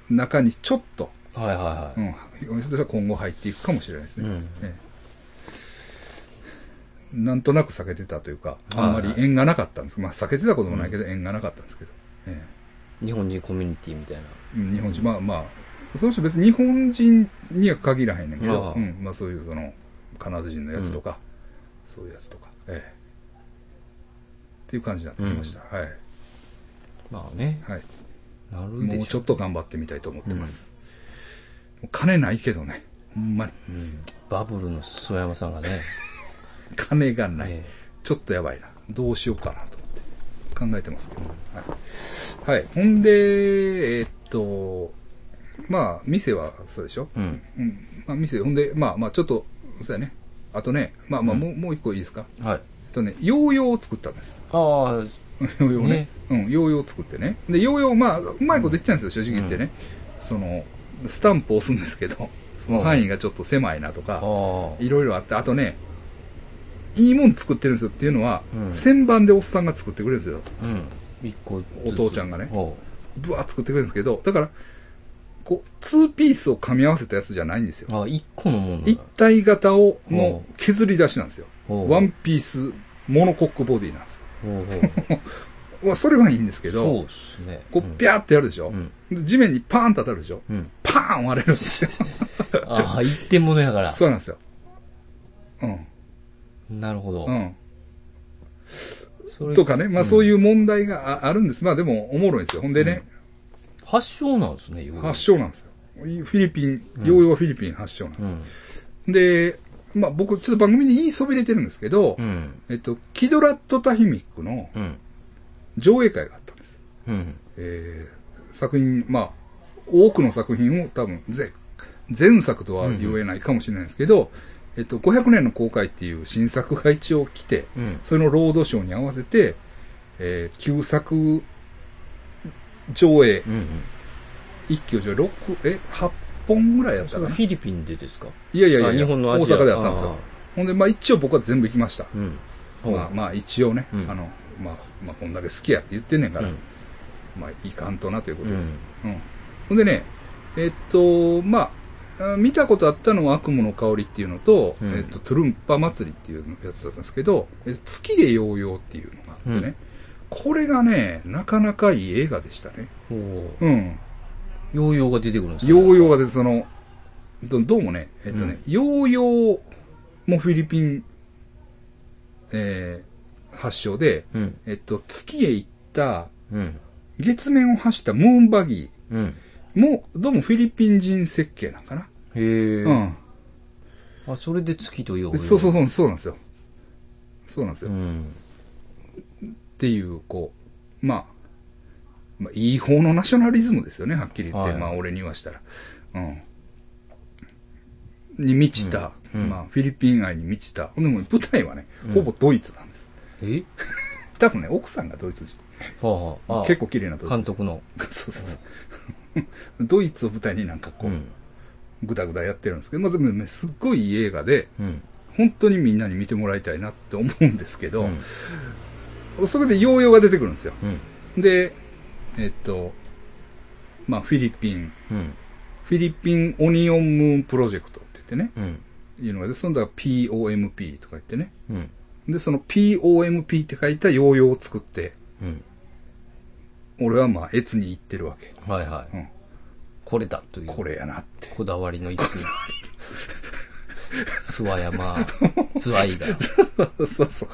S1: 中にちょっと、
S2: はいはいは
S1: うん、ひょっとしたら今後入っていくかもしれないです
S2: い。う
S1: ね。
S2: ん。
S1: ええなんとなく避けてたというか、
S2: はい
S1: あんまり縁がなかったんです。まあ、避けてたこともないけど、縁がなかったんですけど。え
S2: 日本人コミュニティみたいな。
S1: えうん日本人、まあまあ、その人別に日本人には限らへんねんけ
S2: ああ
S1: ど、うん、まあそういうその、カナダ人のやつとか、そういうやつとか、ええ。っていう感じになってきました。はい。
S2: まあね。
S1: はい。
S2: なる
S1: も
S2: で
S1: う
S2: し
S1: ちょ
S2: ょ
S1: っと頑張ってみたいと思ってます。もう金ないけどね。ほんまに。
S2: う。うん。バブルの諏訪山さんがね。
S1: 金がない。
S2: え
S1: ちょっとやばいな。どうしようかなと思って考えてますけど。はい。はい、ほんで、えっと、まあ、店はそうでしょ
S2: えうん。
S1: うん。まあ、店、ほんで、まあまあ、ちょっと、そうやね。あとね、まあまあ、
S2: うん
S1: もう、もう一個いいですか
S2: はい。
S1: えっとね、ヨーヨーを作ったんです。
S2: ああ、
S1: ヨーヨーね
S2: ね
S1: うん、ヨーヨーを作ってね。で、ヨーヨー、まあ、うまいこと言ってたんですよ、正直言ってね。その、スタンプ押すんですけど、 その範囲がちょっと狭いなとか、
S2: ああ。
S1: いろいろあって、あとね、いいもん作ってるんですよっていうのは、
S2: うん
S1: 旋盤でおっさんが作ってくれるんですよ。
S2: うん。一個ずつ
S1: お父ちゃんがね
S2: おう
S1: ぶわー作ってくれるんですけど、だから、こう、ツーピースを噛み合わせたやつじゃないんですよ。
S2: あ一個のもんだ
S1: 一体型を、
S2: う
S1: の
S2: ん
S1: 削り出しなんですよ。
S2: おう
S1: ワンピース、モノコックボディなんですよ。
S2: おうおう
S1: まあ、それはいいんですけ
S2: そう
S1: ど、
S2: っすね。
S1: こう、ピャーってやるでしょ
S2: う、ん。
S1: で地面にパーンと当たるでしょ
S2: うん。
S1: パーン割れるんですよ。
S2: ああ、一点物やから。
S1: そうなんですよ。うん。
S2: なるほど。
S1: うん。
S2: それ
S1: とかね、まあそういう問題がああるんです。まあでも、おもろいんですよ。ほんでね、
S2: 発祥なんですね、ヨーヨー
S1: 発祥なんですよ。フィリピン、ヨーヨーはフィリピン発祥なんで
S2: う
S1: す。
S2: ん。
S1: で、まあ僕、ちょっと番組で言いそびれてるんですけど、
S2: うん。
S1: えっと、キドラット・タヒミックの
S2: うん。
S1: 上映会があったんです。
S2: うん。
S1: えー、作品、まあ、多くの作品を多分、ぜ前作とは言えないかもしれないですけど、えっと、500年の公開っていう新作が一応来て、
S2: うん。
S1: それのロードショーに合わせて、えー、旧作上映、
S2: うん。
S1: 一挙上映、6、え、8本ぐらいやった
S2: そ
S1: か
S2: れは
S1: な
S2: フ。ィリピンでですか
S1: いやいやいやいや、
S2: あ日本のアジア
S1: 大阪でやったんですよ。ほんで、まあ一応僕は全部行きました。
S2: うん。
S1: まあまあ一応ね、
S2: うん
S1: あの、まあ、まあこんだけ好きやって言ってんねん
S2: あ
S1: から、まあいかんとなというこ
S2: う
S1: とで。うん。
S2: ん。
S1: ほんでね、えっと、まあ、あ見たことあったのは悪夢の香りっていうのと、
S2: うん
S1: えっと、トゥルンパ祭りっていうやつだったんですけど、え月でヨーヨーっていうのがあってね、
S2: うん
S1: これがね、なかなかいい映画でしたね。
S2: おう
S1: うん。
S2: ヨーヨーが出てくるんですか
S1: ヨー
S2: ー。
S1: ヨーがで、その、どどうもね、えっとね、ヨーヨーもフィリピン、えー、発祥で、
S2: うん。
S1: えっと、月へ行った、
S2: うん。
S1: 月面を走ったムーンバギ
S2: うん。
S1: ーも、どうもフィリピン人設計なんかな。
S2: へえ。
S1: う
S2: あ、それで月とヨーヨ
S1: ん。
S2: ー。
S1: そうそうそう、そうなんですよ。そうなんですよ。
S2: う
S1: っ
S2: ん。
S1: ていう、こう、まあ、まあ、いい方のナショナリズムですよね、はっきり言って。
S2: はい
S1: まあ、俺にはしたら。うん。に満ちた、
S2: うんうん
S1: まあ、フィリピン愛に満ちた。でも、舞台はね
S2: うん、
S1: ほぼドイツなんです。
S2: え
S1: 多分ね、奥さんがドイツ人。
S2: はあ、はあ。
S1: 結構綺麗なドイツ
S2: 監
S1: 人。
S2: 督の。
S1: そうそうそう。ドイツを舞台になんかこう、
S2: うん。
S1: ぐだぐだやってるんですけど、まあ、でもね、すっごいいい映画で、
S2: うん。
S1: 本当にみんなに見てもらいたいなって思うんですけ
S2: う
S1: ど、
S2: ん。
S1: そこでヨーヨーが出てくるんですよ。
S2: うん。
S1: で、えっと、まあ、フィリピン、
S2: うん。
S1: フィリピンオニオンムーンプロジェクトって言ってね、
S2: うん。
S1: いうのがで、そのだから POMP とか言ってね。
S2: うん。
S1: で、その POMP って書いたヨーヨーを作って、
S2: うん。
S1: 俺はまあ、越に行ってるわけ。
S2: はいはい。
S1: うん
S2: これだという。
S1: これやな って。
S2: こだわりの一品。諏訪 山、ツアイが。
S1: そうそう。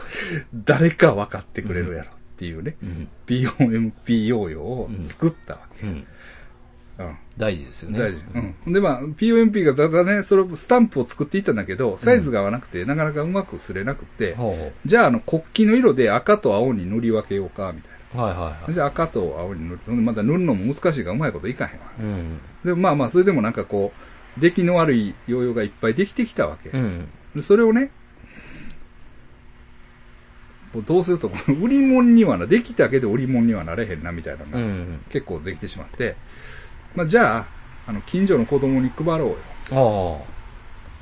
S1: 誰か分かってくれるやろっていうね、
S2: うん。
S1: POMP ヨーヨーを作ったわけ。
S2: うん。
S1: うん
S2: 大事ですよね。
S1: 大事。うん。で、まあ、POMP がただね、それをスタンプを作っていったんだけど、サイズが合わなくて、なかなかうまくすれなくて、
S2: ほうほ。
S1: じゃあ、あの、国旗の色で赤と青に塗り分けようか、みたいう
S2: はいはい
S1: な。
S2: は
S1: じゃあ、赤と青に塗る。ほんでまた塗るのも難しいから、うまいこといかへんわ。
S2: い。うん。
S1: でも、まあまあ、それでもなんかこう、出来の悪いヨーヨーがいっぱいできてきたわけ
S2: う。ん。
S1: でそれをね、もうどうする と、この売り物にはな、できたけど売り物にはなれへんな、みたいなの
S2: う
S1: が、
S2: ん。
S1: 結構できてしまって、まあ、じゃあ、あの、近所の子供に配ろうよ。
S2: ああ。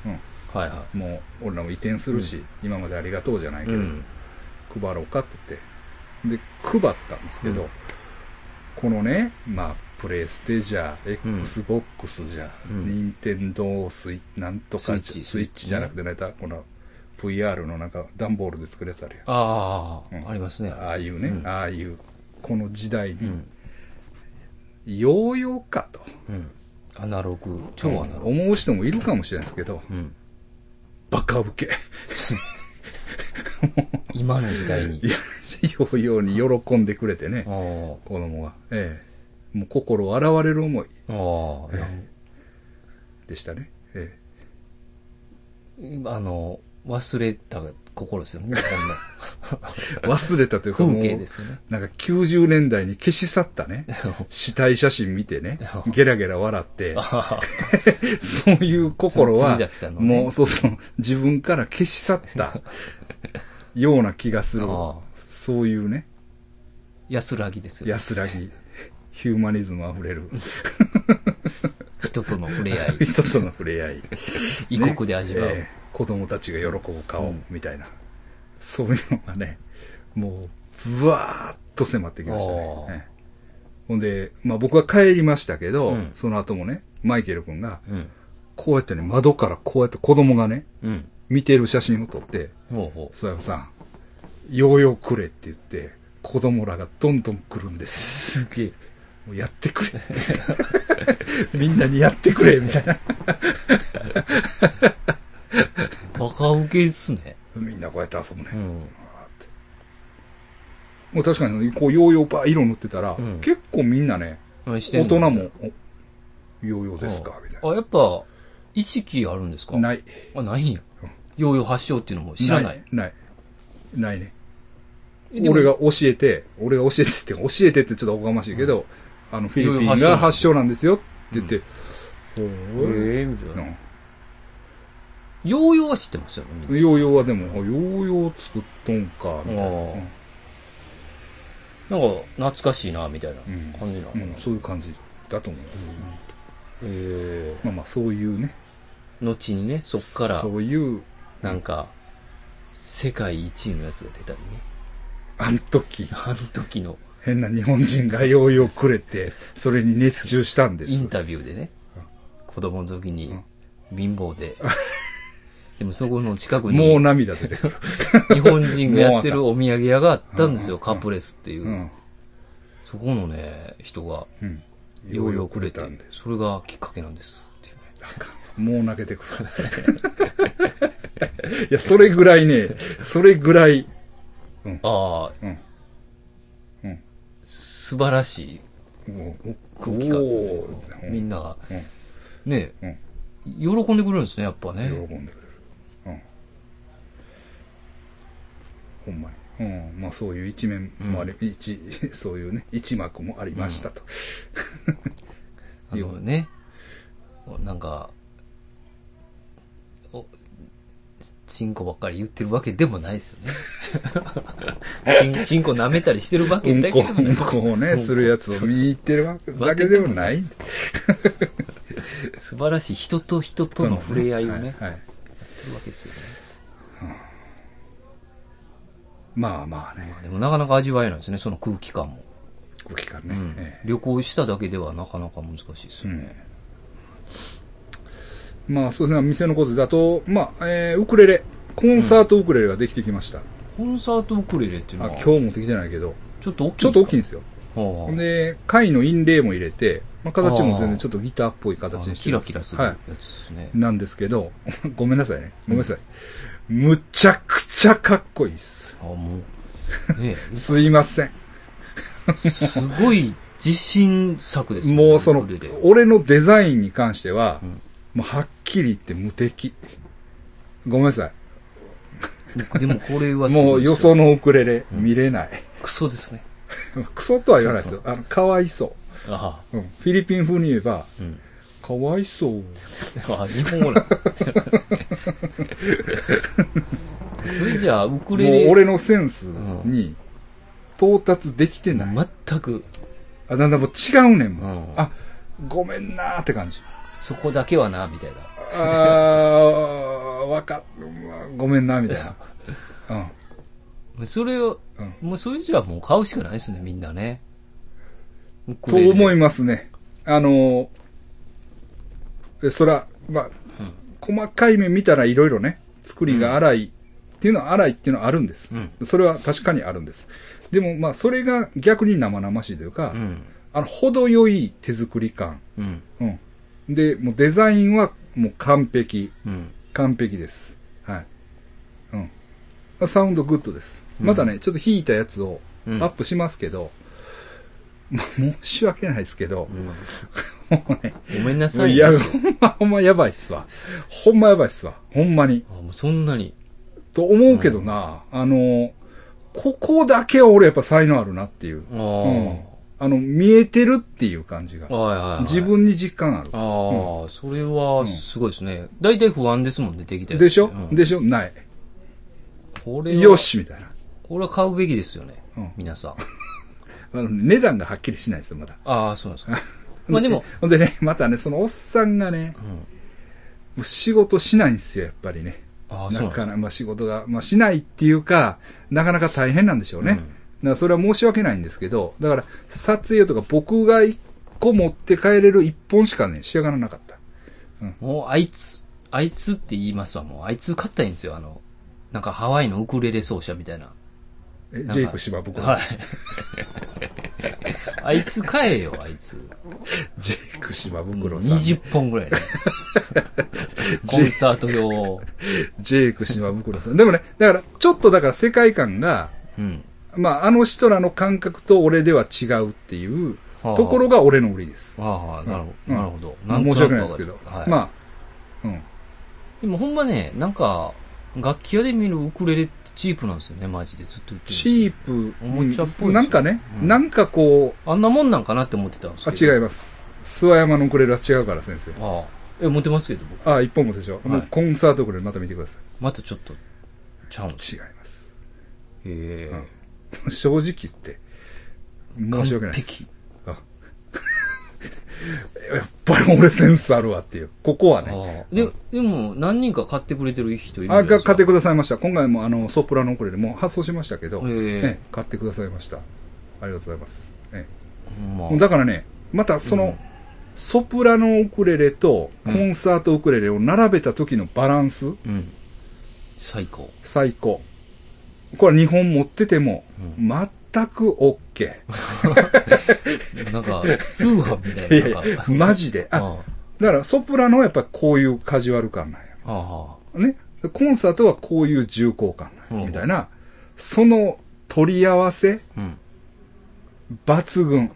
S1: うん
S2: はいは
S1: もう、俺らも移転するし、今までありがとうじゃない
S2: い。
S1: け
S2: う
S1: ど、
S2: ん。
S1: 配ろうかって言って、で、配ったんですけど、
S2: うん
S1: このね、まあ、プレイステじゃ、
S2: うん
S1: XBOX じゃ、
S2: うん
S1: 任天堂スイなんとか
S2: スイッ
S1: じゃ
S2: チ
S1: スイッチじゃなくてね、たこの VR のなんか段ボールで作るやつあるやん。
S2: あ
S1: うん
S2: あ、ありますね。
S1: ああいうね、
S2: うん
S1: ああいう、この時代
S2: う
S1: に、
S2: ん。
S1: ヨーヨーかと、
S2: うん。アナログ、超アナログ。
S1: 思う人もいるかもしれないですけど、
S2: うん。
S1: バカウケ。
S2: 今の時代に
S1: い。や、ヨーヨーに喜んでくれてね
S2: あ。あ。
S1: 子供が。ええ。もう心洗われる思い
S2: ああ、
S1: でしたね。え
S2: あの、忘れた心ですよ ね。
S1: え。忘れたというか
S2: こ
S1: も
S2: んな風景で
S1: う、
S2: すよね。
S1: なんか90年代に消し去ったね、 死体写真見てね、ゲラゲラ笑って、
S2: あ
S1: そういう心
S2: その
S1: は
S2: 辻崎さん、のね
S1: もうそうそう、自分から消し去ったような気がする
S2: ああ。
S1: そういうね、
S2: 安らぎですよね。
S1: 安らぎ、ヒューマニズム溢れる。
S2: 人との触れ合 い。
S1: 人との触れ合い。
S2: 異国で味わう。
S1: ええ子供たちが喜ぶ顔、
S2: うん
S1: みたいな。そういうのがね、もう、ぶわーっと迫ってきましたね
S2: お。ー
S1: ええほんで、まあ僕は帰りましたけど、
S2: うん
S1: その後もね、マイケル君が、
S2: うん。
S1: こうやってね、窓からこうやって子供がね、
S2: うん。
S1: 見てる写真を撮って、
S2: ほうほ
S1: 諏山さん、ヨーヨーくれって言って、子供らがどんどん来るんです。
S2: う。すげえ。
S1: もうやってくれ。 みんなにやってくれ、みたいな。
S2: バカウケっすね。
S1: みんなこうやって遊ぶね。
S2: うん。
S1: もう確かに、こう、ヨーヨーばー色塗ってたら、
S2: うん
S1: 結構みんなね、
S2: 大
S1: 大人も、おヨーヨーですか、みたい
S2: あ、やっぱ、意識あるんですか。
S1: な。ないい。
S2: あ、ないんや。ヨーヨー発祥っていうのも知らない。
S1: ない。ないね。
S2: えでも
S1: 俺が教えて、俺が教えてって、教えてってちょっとおこがましいけど、あの、フィリピンが発祥なんですよって言って、ほ
S2: え
S1: ー
S2: えみたいな。
S1: うん
S2: ヨーヨーは知ってますよ、みんな。
S1: ヨーヨーはでも、あヨーヨー作っとんか、みたいな。
S2: あなんか、懐かしいな、みたいな
S1: うん
S2: 感じなのか
S1: うん
S2: な。
S1: うんそういう感じだと思います。
S2: ええ
S1: まあまあ、そういうね。
S2: 後にね、そっから
S1: そ、ういう、
S2: なんか、世界一位のやつが出たりね。
S1: あの時、
S2: あの時の
S1: 変な日本人がヨーヨーくれて、それに熱中したんで
S2: イン
S1: す。
S2: タビューでね、子供の時
S1: う
S2: に
S1: ん
S2: 貧 乏で、でもそこの近く
S1: もう
S2: に
S1: 涙出てくる。
S2: 日本人がやってるお土産屋があったんですよ、
S1: もう
S2: カープレスっていうう。
S1: ん。
S2: そこのね、人が、
S1: うん。
S2: ヨーヨーくれて
S1: たんで、す。
S2: それがきっかけなんですっていうね。
S1: もう泣けてくる。 いや、それぐらいね、それぐらい、
S2: ああ、
S1: うん。うん
S2: 素晴らしい
S1: もう
S2: 空気感ですね
S1: おー。
S2: みんなが
S1: うん、
S2: ね、喜んでくれるんですね、やっぱ
S1: 喜
S2: ね。
S1: んでくれる。うん。ほんまに。うん。まあそういう一面もあり、一、 そういうね、一幕もありましたと。
S2: あのね、おなんか、お、チンコばっかり言ってるわけでもないです よね。チンチンコ舐めたりしてるわ
S1: う
S2: け
S1: ん
S2: だけ
S1: こ、
S2: ど
S1: うんこをね、するやつを見に行ってるわけだけでもない。
S2: 素晴らしい人と人との触れ合いをね、やっ
S1: はいはい。
S2: てるわけですよね。
S1: まあまあね
S2: ま、あでもなかなか味わえないですね、その空気感も。
S1: 空気感
S2: う
S1: ね。
S2: ん
S1: ええ
S2: 旅行しただけではなかなか難しいですよね。
S1: まあそうですね、店のことだと、まあ、えー、ウクレレ。コンサートウクレレができてきました。
S2: コンサートウクレレっていう
S1: あ
S2: のは、
S1: 今日持ってきてないけど、
S2: ちょっと大きい
S1: ちょっと大きいん
S2: い。
S1: ですよ。
S2: ほ
S1: ほんで、貝のインレイも入れて、まあ、形も全然ちょっとギターっぽい形にして
S2: キ
S1: る
S2: ラ
S1: んです
S2: キラする
S1: は
S2: やつですね。
S1: い。なんですけど、 ごめんなさいね。ごめんなさい。むちゃくちゃかっこいいっす。
S2: あ、もう、ね
S1: すいません。
S2: すごい自信作ですね。
S1: もうその
S2: ウクレレ、
S1: 俺のデザインに関しては、
S2: ん
S1: もうはっきり言って無敵。ごめんなさい。
S2: でもこれはすごいですよ
S1: もうよそのウクレレ見れない。
S2: クソですね。
S1: クソとは言わないですよ。あの、かわいそ
S2: あ
S1: う。うん。フィリピン風に言えば、
S2: あ。うん。
S1: かわいそう。
S2: あ、日本語なんですねそれじゃあ、ウクレ
S1: もう
S2: レ。
S1: 俺のセンスに到達できてない。
S2: 全く、
S1: あ、なんだもう違うねんもん
S2: う。ん
S1: あ、ごめんなーって感じ。
S2: そこだけはな、みたいな。
S1: あー、わかっ、ごめんなーみた いな。うん。
S2: それを、
S1: うん
S2: もうそれじゃあもう買うしかないですね、みんなね。ウク
S1: と
S2: レレ
S1: 思いますね。あのー、えそら、まあ、細かい面見たらいろいろね、作りが荒い、っていうのは荒いっていうのはあるんです。
S2: うん
S1: それは確かにあるんです。でも、まあ、それが逆に生々しいというか、
S2: うん。
S1: あの、程よい手作り感。
S2: うん。
S1: うん。で、もうデザインはもう完璧。
S2: うん。
S1: 完璧です。はい。うん。サウンドグッドです。またね、ちょっと弾いたやつをア
S2: うん
S1: ップしますけど、まあ、申し訳ないですけど、
S2: うん
S1: もうね、
S2: ごめんなさい。
S1: いや、ほんま、ほんまやばいっすわ。ほんまやばいっすわ。ほんまに。
S2: あもうそんなに。
S1: と思うけどな、あの、ここだけは俺やっぱ才能あるなっていう。
S2: ああ、
S1: うん。あの、見えてるっていう感じが。
S2: はいはい、はい。
S1: 自分に実感ある。
S2: ああ、それはすごいですね。大体不安ですもんね、できたやつ
S1: でしょ、
S2: うん
S1: でしょない。
S2: これは
S1: よ。しみたいな。
S2: これは買うべきですよね
S1: うん。
S2: 皆さん。
S1: あの値段がはっきりしないですよ、まだ。
S2: ああ、そうなんですか。まあでも、
S1: ほんでね、またね、そのおっさんがね、
S2: うん。
S1: もう仕事しないんですよ、やっぱりね。
S2: ああ、そ
S1: な
S2: うなん
S1: か
S2: だ
S1: な、まあ仕事が、まあしないっていうか、なかなか大変なんでしょうね。
S2: うん
S1: だからそれは申し訳ないんですけど、だから撮影とか僕が一個持って帰れる一本しかね、仕上がらなかった。
S2: もう、あいつ、あいつって言いますわ、もう。あいつ勝ったらいいんですよ、あの、なんかハワイのウクレレ奏者みたいな。
S1: え、
S2: か
S1: ジェイク芝僕
S2: はい。あいつ買えよ、あいつ。
S1: ジェイク島袋さん。ジ
S2: 20本ぐ らいね。コンサート用を。
S1: ェイク島袋さん。でもね、だから、ちょっとだから世界観が、
S2: うん。
S1: まあ、あの人らの感覚と俺では違うっていう
S2: はあ
S1: ところが俺の売りです。
S2: ああ、なるほど。
S1: うん
S2: なるほど。んと
S1: 申し訳ないですけど
S2: わ。かるはい。
S1: まあ、うん。
S2: でもほんまね、なんか、楽器屋で見るウクレレってチープなんですよね、マジで。ずっと言ってる。
S1: チープ、
S2: おもちゃっぽいですよ
S1: なんかね、
S2: うん
S1: なんかこう、
S2: あんなもんなんかなって思ってたんです
S1: あ、
S2: けど。
S1: 違います。諏訪山のウクレレは違うから、先生。
S2: ああ。え、持ってますけど、僕。
S1: あ、一本もでしょ。もう
S2: はい
S1: コンサートウクレレまた見てくださ
S2: またちょっと、ちゃうんです。
S1: い。違います。
S2: へえ。
S1: 正直言って、申し訳ないです。あやっぱり俺センスあるわっていう。ここはね。
S2: ああで、でも、何人か買ってくれてる人いるん
S1: あ、が買って
S2: く
S1: くださいました。今回もあの、ソプラノウクレレもう発送しましたけど、
S2: へえ
S1: ね買ってくださいました。ありがとうございます。ね
S2: ほんま
S1: だからね、またその、
S2: うん
S1: ソプラノウクレレとコンサートウクレレを並べた時のバランス、
S2: うん。最高。
S1: 最高。これ日本持ってても、
S2: う
S1: 全く OK。
S2: なんか、通販みた
S1: い
S2: い
S1: や
S2: ないなん
S1: や
S2: か。、
S1: マジで。あ、
S2: あ
S1: だからソプラノはやっぱこういうカジュアル感なんや。
S2: あ。あ
S1: ね。コンサートはこういう重厚感なん
S2: う
S1: や。
S2: ん
S1: みたいな、その取り合わせ、
S2: あ。うん。
S1: 抜群。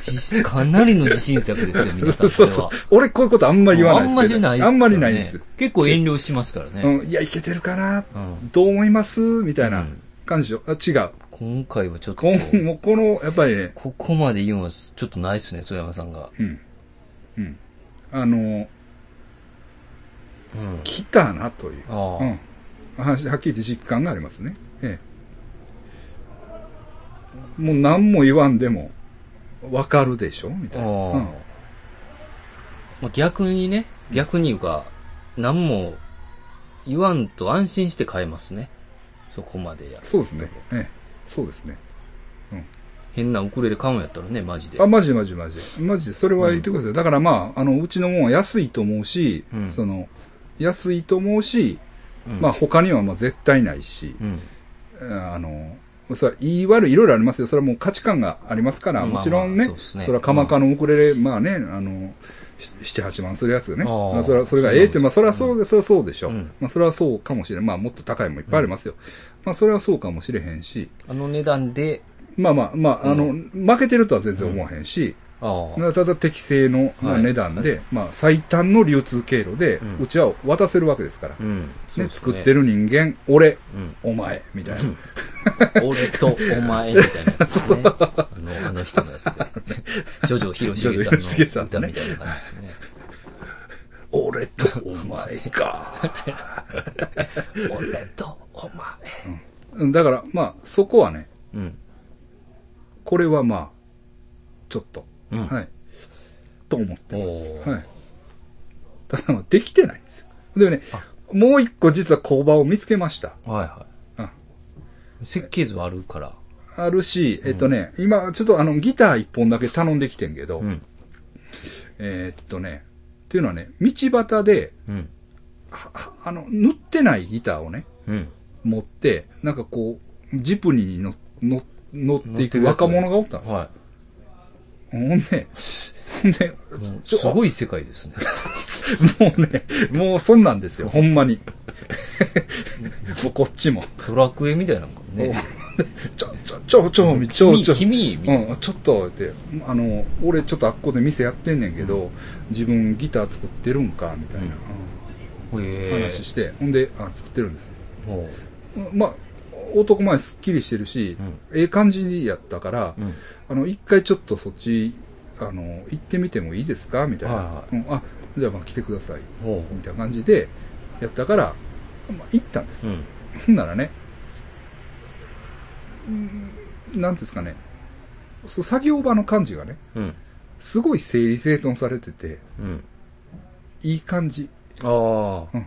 S2: 実かなりの自信作ですよ、皆さ
S1: そ
S2: ん。
S1: う そう
S2: これは
S1: 俺こういうことあんま言わないですけど。
S2: あんまり
S1: あんまりな
S2: ない
S1: い
S2: で
S1: です
S2: よ
S1: す
S2: ね。。結構遠慮しますからね。
S1: うん、いや、いけてるかな、
S2: うん
S1: どう思いますみたいな
S2: うん
S1: 感じでしょ。あ違う。
S2: 今回はちょっと
S1: こ、んもうこの、やっぱりね、
S2: ここまで言うのはちょっとないですね、曽山さんが。
S1: うん。うん。あの、
S2: うん。
S1: 来たなという。
S2: ああ
S1: うん。ははっきり言って実感がありますね。ええ。もう何も言わんでも、わかるでしょみたい
S2: あ
S1: な。
S2: あ
S1: うん。
S2: まあ逆にね、逆に言うか、何も言わんと安心して買えますね。そこまでやる。
S1: そうですね。ええ。そうですね。
S2: 変なウクレレ買うんやったらね、マジで。
S1: あ、マジでマジでマジで。マジで、それは言ってください。だからまあ、あの、うちのもんは安いと思うし、
S2: うん
S1: その、安いと思うし、
S2: うん
S1: まあ他にはまあ絶対ないし、
S2: うん。
S1: あの、それは言い悪いいろいろありますよ。それはもう価値観がありますから、
S2: まあ
S1: もちろんね、
S2: まあそうっすね
S1: それは鎌かのウクレレ、まあね、あの、七八万するやつね。
S2: あー
S1: まあそれは、それがええって、
S2: そうなんです
S1: まあそれはそうで、それはそうでしょ。
S2: うん
S1: まあそれはそうかもしれん。まあもっと高いもいっぱいありますよ。まあそれはそうかもしれへんし、
S2: あの値段で、
S1: まあまあ、まあ、あの、
S2: う
S1: 負けてるとは全然思わへんし、
S2: ああ。
S1: ただただ適正のまあ
S2: はい
S1: 値段で、まあ最短の流通経路で
S2: うん、
S1: うちは渡せるわけですから。
S2: うん。そう
S1: ね、
S2: っす
S1: 作って。る人間、俺、
S2: うん。
S1: お前、みたいな。
S2: 俺とお前みたいなやつね。あの、あの人のやつね。ジョジョ広重
S1: ジョジョ広重
S2: さ
S1: さ
S2: ん
S1: んの
S2: の歌みたいな感じですよね。
S1: 俺とお前か。
S2: 俺とお前。
S1: うんだから、まあ、そこはね、
S2: うん。
S1: これはまあ、ちょっと、
S2: うん。
S1: はい。と思ってま
S2: お
S1: す。
S2: ー
S1: はい。ただ、まあ、できてないんですよ。でもね、もう一個実は工場を見つけました。
S2: はいは
S1: うん
S2: い。設計図はあるから。
S1: あるし、えっとね、今、ちょっとあの、ギター一本だけ頼んできてんけど、
S2: うん。
S1: えーっとね、っていうのはね、道端で、
S2: うん。
S1: ははあの、塗ってないギターをね、
S2: うん。
S1: 持って、なんかこう、ジプニーに乗乗乗っていく
S2: 乗って
S1: 若
S2: るやつ
S1: 者がおったんですよ。
S2: は
S1: ほんで、ほんで、
S2: い。もうすごい世界ですね。
S1: もうね、もうそんなんですよ、ほんまに。もうこっちも。
S2: ドラクエみたいなのかね。
S1: ちょ、ちょ、ちょ、ちょ、ちょ、
S2: 君、
S1: ちょ、
S2: 君、みた
S1: う、
S2: いなん
S1: ちょっと、って、あの、俺ちょっとあっこで店やってんねんけど、自分ギター作ってるんか、みたいな、
S2: へ
S1: う
S2: え
S1: ん話して、ほんで、あ、作ってるんです。
S2: ほう
S1: うんまあ、男前すっきりしてるし、ええ感じにやったから、
S2: うん。
S1: あの、一回ちょっとそっち、あの、行ってみてもいいですかみたいな、
S2: はいは
S1: うんあ、じゃあまあ来てください。
S2: ほ
S1: みたいな感じで、やったから、まあ、行ったんです
S2: う。う。ん。
S1: ほんならね、うんなんていうんですかね、そう作業場の感じがね、
S2: うん。
S1: すごい整理整頓されてて、
S2: うん。
S1: いい感じ。
S2: あ
S1: う
S2: あ、
S1: ん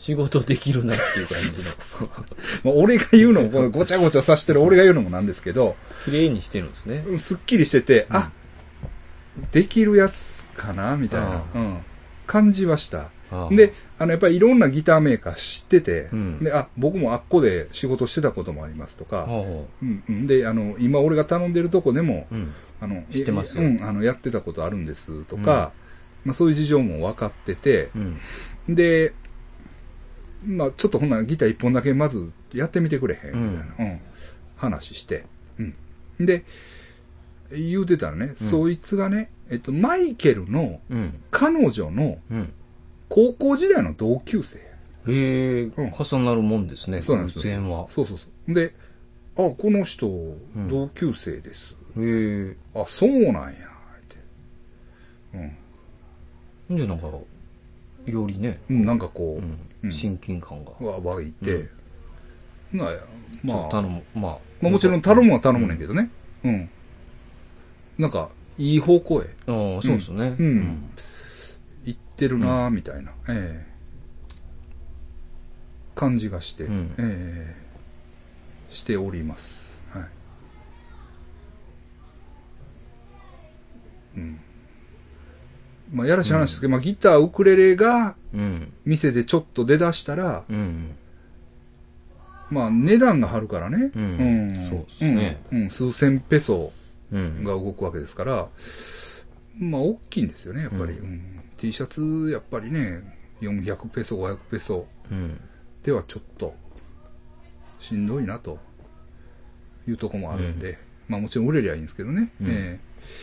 S2: 仕事できるなっていう感じ
S1: ま
S2: の。
S1: あ、俺が言うのも、このごちゃごちゃさしてる俺が言うのもなんですけど、
S2: 綺麗にしてるんですね。
S1: うんすっきりしてて、あ、できるやつかなみたいな、う
S2: う
S1: ん、感じはした。
S2: ああ
S1: で、、あの、やっぱりいろんなギターメーカー知ってて、
S2: うん
S1: で、あ、僕もあっこで仕事してたこともありますとか、
S2: ほ
S1: うんうん、で、あの、今俺が頼んでるとこでも
S2: う、うん。
S1: あの、
S2: 知ってます
S1: えうん、あの、やってたことあるんですとか、まあそういう事情も分かってて、
S2: うん。
S1: で、まあちょっとほんならギター一本だけまずやってみてくれへん、みたいな、うん、話して、うん。で、言うてたらね、
S2: うん
S1: そいつがね、えっと、マイケルの
S2: うん。
S1: 彼女の
S2: うん。
S1: 高校時代の同級生。
S2: へえ、
S1: ん
S2: 重なるもんですね。
S1: そうなんです
S2: 偶然は。
S1: そうそうそう。で、あ、この人、
S2: ん
S1: 同級生です。
S2: へえ。
S1: あ、そうなんや、って。うん。
S2: ほんで、なんか、よりね、
S1: うんなんかこう、
S2: う
S1: うん
S2: ん、親近感が。
S1: わ、湧いて、なあ
S2: ちょ
S1: ま
S2: っと
S1: あ、
S2: 頼む、まあ。
S1: まあもちろん頼むは頼むねんけどね。うん。なんか、いい方向へ
S2: ああ、そうですね。
S1: うん行ってるなあみたいな、ええ感じがして、
S2: うん
S1: ええしております。はい。うん。まあ、やらしい話ですけど、まあ、ギター、ウクレレが
S2: うん。
S1: 店でちょっと出だしたら、
S2: うん。
S1: まあ、値段が張るからね。
S2: うんそうです
S1: ん
S2: ね
S1: うん、数千ペソ
S2: うん。
S1: が動くわけですから、まあ、大きいんですよね、やっぱり。
S2: う
S1: うん T シャツ、やっぱりね、400ペソ、500ペソ
S2: うん。
S1: ではちょっと、しんどいなと、いうとこもあるんで、まあ、もちろん売れりゃいいんですけどね。
S2: うん
S1: えー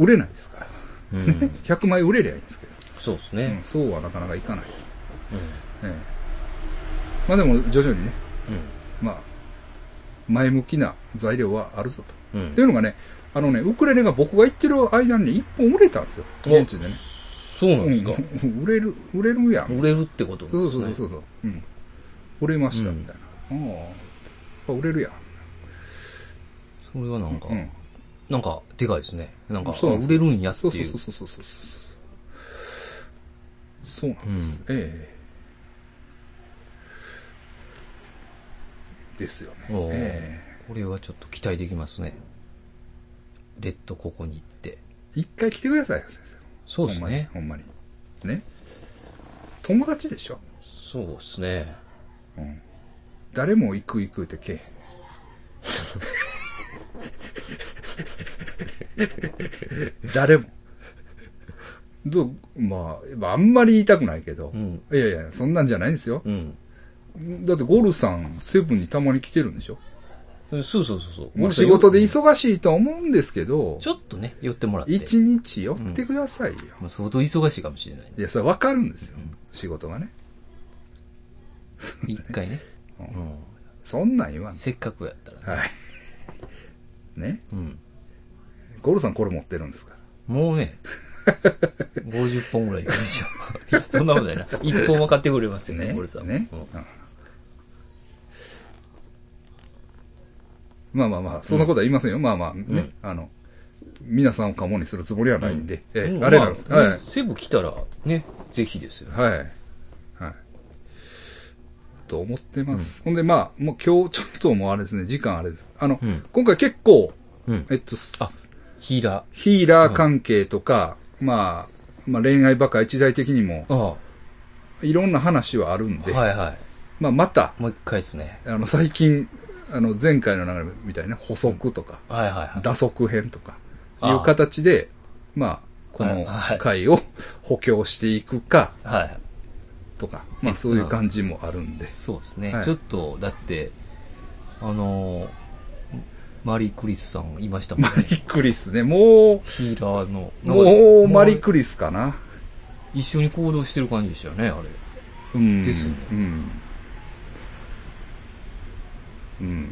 S1: 売れないですから。
S2: うん。
S1: 100枚売れりゃいいんですけど、
S2: そうです
S1: うん
S2: ね。
S1: そうはなかなかいかないです。
S2: う
S1: ええまあ、でも、徐々にね、
S2: ん。
S1: まあ、前向きな材料はあるぞと。
S2: うん。う
S1: っ
S2: ん
S1: ていうのがね、あのね、ウクレレが僕が行ってる間に1本売れたんですよ。
S2: お
S1: 現地でね。
S2: そうなんですか。
S1: うん、売れる、売れるやん。
S2: 売れるってことなん
S1: そう
S2: です
S1: そうそう
S2: ね。
S1: そうそう、うん。売れました、
S2: うん
S1: みたいな。ああ、売れるやん。
S2: それはなんか、
S1: うん。
S2: なんか、でかいですね。なんか、あ
S1: そうなんで
S2: 売
S1: すよ
S2: れるんやって
S1: そうそ
S2: いうう。
S1: そうそうそうそう。そうなんです。ええですよね。
S2: おー
S1: え
S2: これはちょっと期待できますね。レッドここに行って。
S1: え一回来てくださいよ、先生。
S2: そうですね。
S1: ほんまに。ほんまにね。友達でしょ
S2: そうですね。
S1: うん。誰も行く行くってけえへん。 誰も。どう、まあ、あんまり言いたくないけど
S2: う。ん。
S1: いやいや、そんなんじゃないんですよ。
S2: うん。
S1: だってゴルさん、セブンにたまに来てるんでしょ
S2: そうそうそうそう。
S1: まあ仕事で
S2: い
S1: 忙しいとは思うんですけど
S2: ち、ょっとね、寄ってもらって。
S1: 一日寄ってくださいよ。
S2: まあ、相当忙しいかもしれないね
S1: い。や、それわかるんですよ。仕事がね。
S2: 一回ね。
S1: う
S2: うん。
S1: そんなん言わん。
S2: せっかくやったらね。
S1: はい。ね。
S2: うん。
S1: ゴルさんこれ持ってるんですから。
S2: もうね、50本ぐらいいくでしょ。 いや、そんなことないな。1本は買ってくれますよね、
S1: ね
S2: 俺さん。
S1: ね
S2: うん
S1: まあまあまあ、そんなことは言いませんよ。まあまあ、ね、あの、皆さんをカモにするつもりはないんで、ええ
S2: うん
S1: あれなんです。
S2: まあ
S1: はい。
S2: セブ来たら、ね、ぜひですよ。
S1: はい。はい。と思ってます。ほんで、まあ、もう今日ちょっともうあれですね、時間あれです。あの、
S2: うん
S1: 今回結構、
S2: うん。
S1: えっと、
S2: あヒーラ
S1: ヒーラー関係とか、まあ、まあ恋愛ばっか一大的にも
S2: ー。、あ
S1: いろんな話はあるん
S2: あ。
S1: で、
S2: はいは
S1: まあまた、
S2: い。もう一回ですね。
S1: あの、最近、あの、前回の流れみたいな、補足とか、
S2: はいはいはい。
S1: 打足編とか、い
S2: あ
S1: う形で、まあ、この
S2: はい
S1: 回を補強していくか、
S2: はいはい。
S1: とか、まあそういう感じもあるんで。
S2: そうですね、
S1: はい
S2: ちょっと、だって、あのーマリー・クリスさんいましたもん
S1: マ
S2: ね。
S1: リクリスね、も
S2: ヒーラーの。
S1: う、もうマリ
S2: リ
S1: クリスかな。
S2: 一緒に行動してる感じでしたよね、あれ。
S1: うん。
S2: ですよね
S1: うん。うん。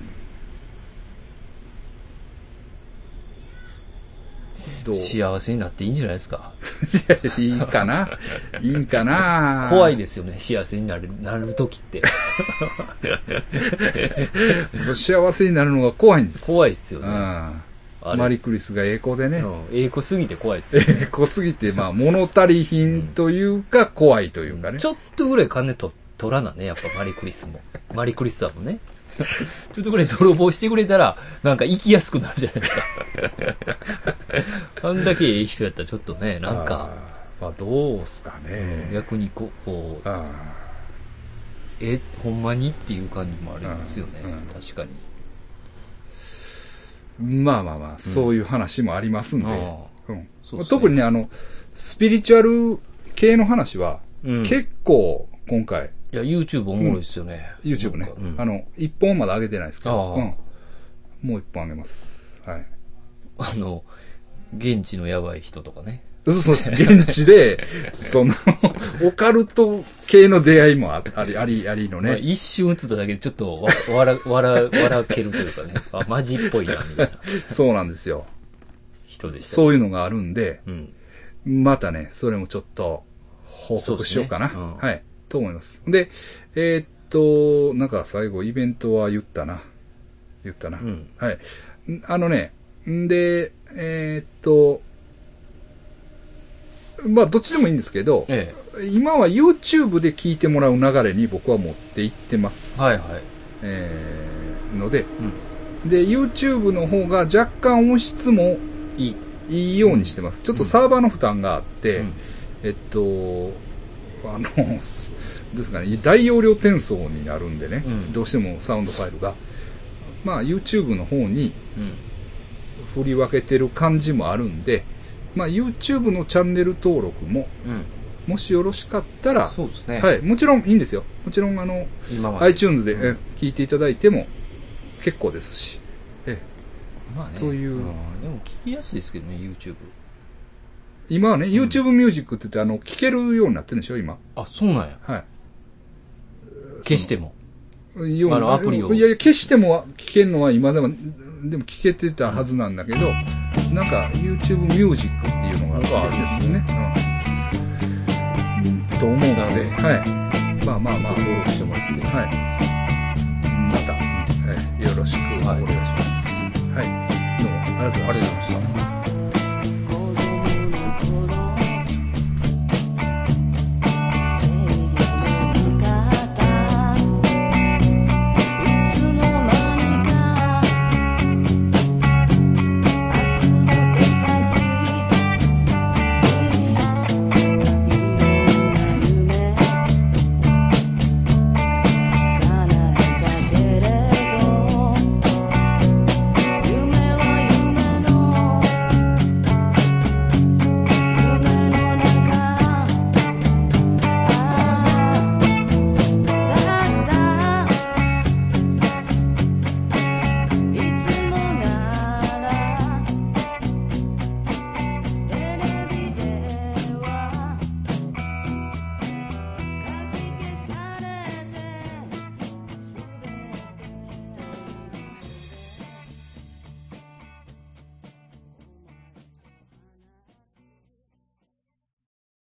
S1: どう
S2: 幸せになっていいんじゃないですか。
S1: いいかないいかな
S2: 怖いですよね、幸せになる、なる時って。
S1: 幸せになるのが怖いんです。
S2: 怖いですよね。
S1: うん。
S2: ああれ。
S1: マリクリスが栄光でね
S2: う、ん。英語すぎて怖いですよ、
S1: 栄光すぎて、まあ、物足り品というか、怖いというかね
S2: ち。ょっとぐらい金と取らなね、やっぱマリクリスも。 マリクリスさんもね。 ちょっとぐらい泥棒してくれたら、なんか生きやすくなるじゃないです か。あんだけいい人やったらちょっとね、なんか、
S1: あー。まあ、どうすかね。
S2: 逆にこう、こう
S1: あ
S2: え、ほんまにっていう感じもありますよね
S1: うんうん。
S2: 確かに。
S1: ーまあまあまあ、そういう話もありますん
S2: あ
S1: で
S2: ー。
S1: うん
S2: そうっすね
S1: 特にね、あの、スピリチュアル系の話は、
S2: うん。い
S1: 結構、今回、
S2: や、YouTube おもろいですよね。
S1: YouTube ね、
S2: なんか
S1: あの、一本まだ上げてないですけど、う
S2: あー
S1: んもう一本上げます。はい。
S2: あの、現地のやばい人とかね。
S1: そうです。現地で、 その、オカルト系の出会いもああり、あり、ありの
S2: まあ
S1: ね。
S2: 一瞬映っただけでちょっとわ、笑、笑、笑けるというかね。あ、マジっぽいな、みたいな
S1: そうなんですよ。
S2: 人でした。
S1: そういうのがあるんで、
S2: うん。
S1: またね、それもちょっと、報告しようかな。
S2: そうですねうん
S1: はい。と思います。で、えーっと、なんか最後、イベントは言ったな。言ったな。
S2: うん。
S1: はい。んあのね、んで、えーっと、まあ、どっちでもいいんですけど、
S2: え
S1: 今は YouTube で聞いてもらう流れに僕は持っていってます。
S2: え。はいはい。
S1: えーので、
S2: うん。
S1: で、YouTube の方が若干音質も
S2: いい。
S1: いいようにしてます。ちょっとサーバーの負担があって、
S2: うん
S1: えっと、あの、すですかね、大容量転送になるんでね、
S2: うん
S1: どうしてもサウンドファイルが、まあ YouTube の方に
S2: うん。
S1: 振り分けてる感じもあるんで、まあ YouTube のチャンネル登録も、
S2: うん。
S1: もしよろしかったら、
S2: そうですね。
S1: はい、もちろんいいんですよ。もちろんあの、
S2: 今まで。
S1: iTunes でえ聞いていただいても結構ですし、え
S2: まあね。
S1: というん
S2: でも聞きやすいですけどね、YouTube。
S1: 今はね、YouTube Music って言ってあの、聞けるようになってるんでしょ、今。
S2: あ、そうなんや。
S1: はい。
S2: 消しても。
S1: よう
S2: あのアプリを
S1: いやいや、消しても聞けるのは今でも、でも聞けてたはずなんだけど、なんか YouTube Music っていうのがあるんですよね。うん。と思うので、
S2: なるほ
S1: はい。まあまあまあ、
S2: 登録してもらって。
S1: はい。また、はい、よろしくお願いします。はい。どうもありがとうございました。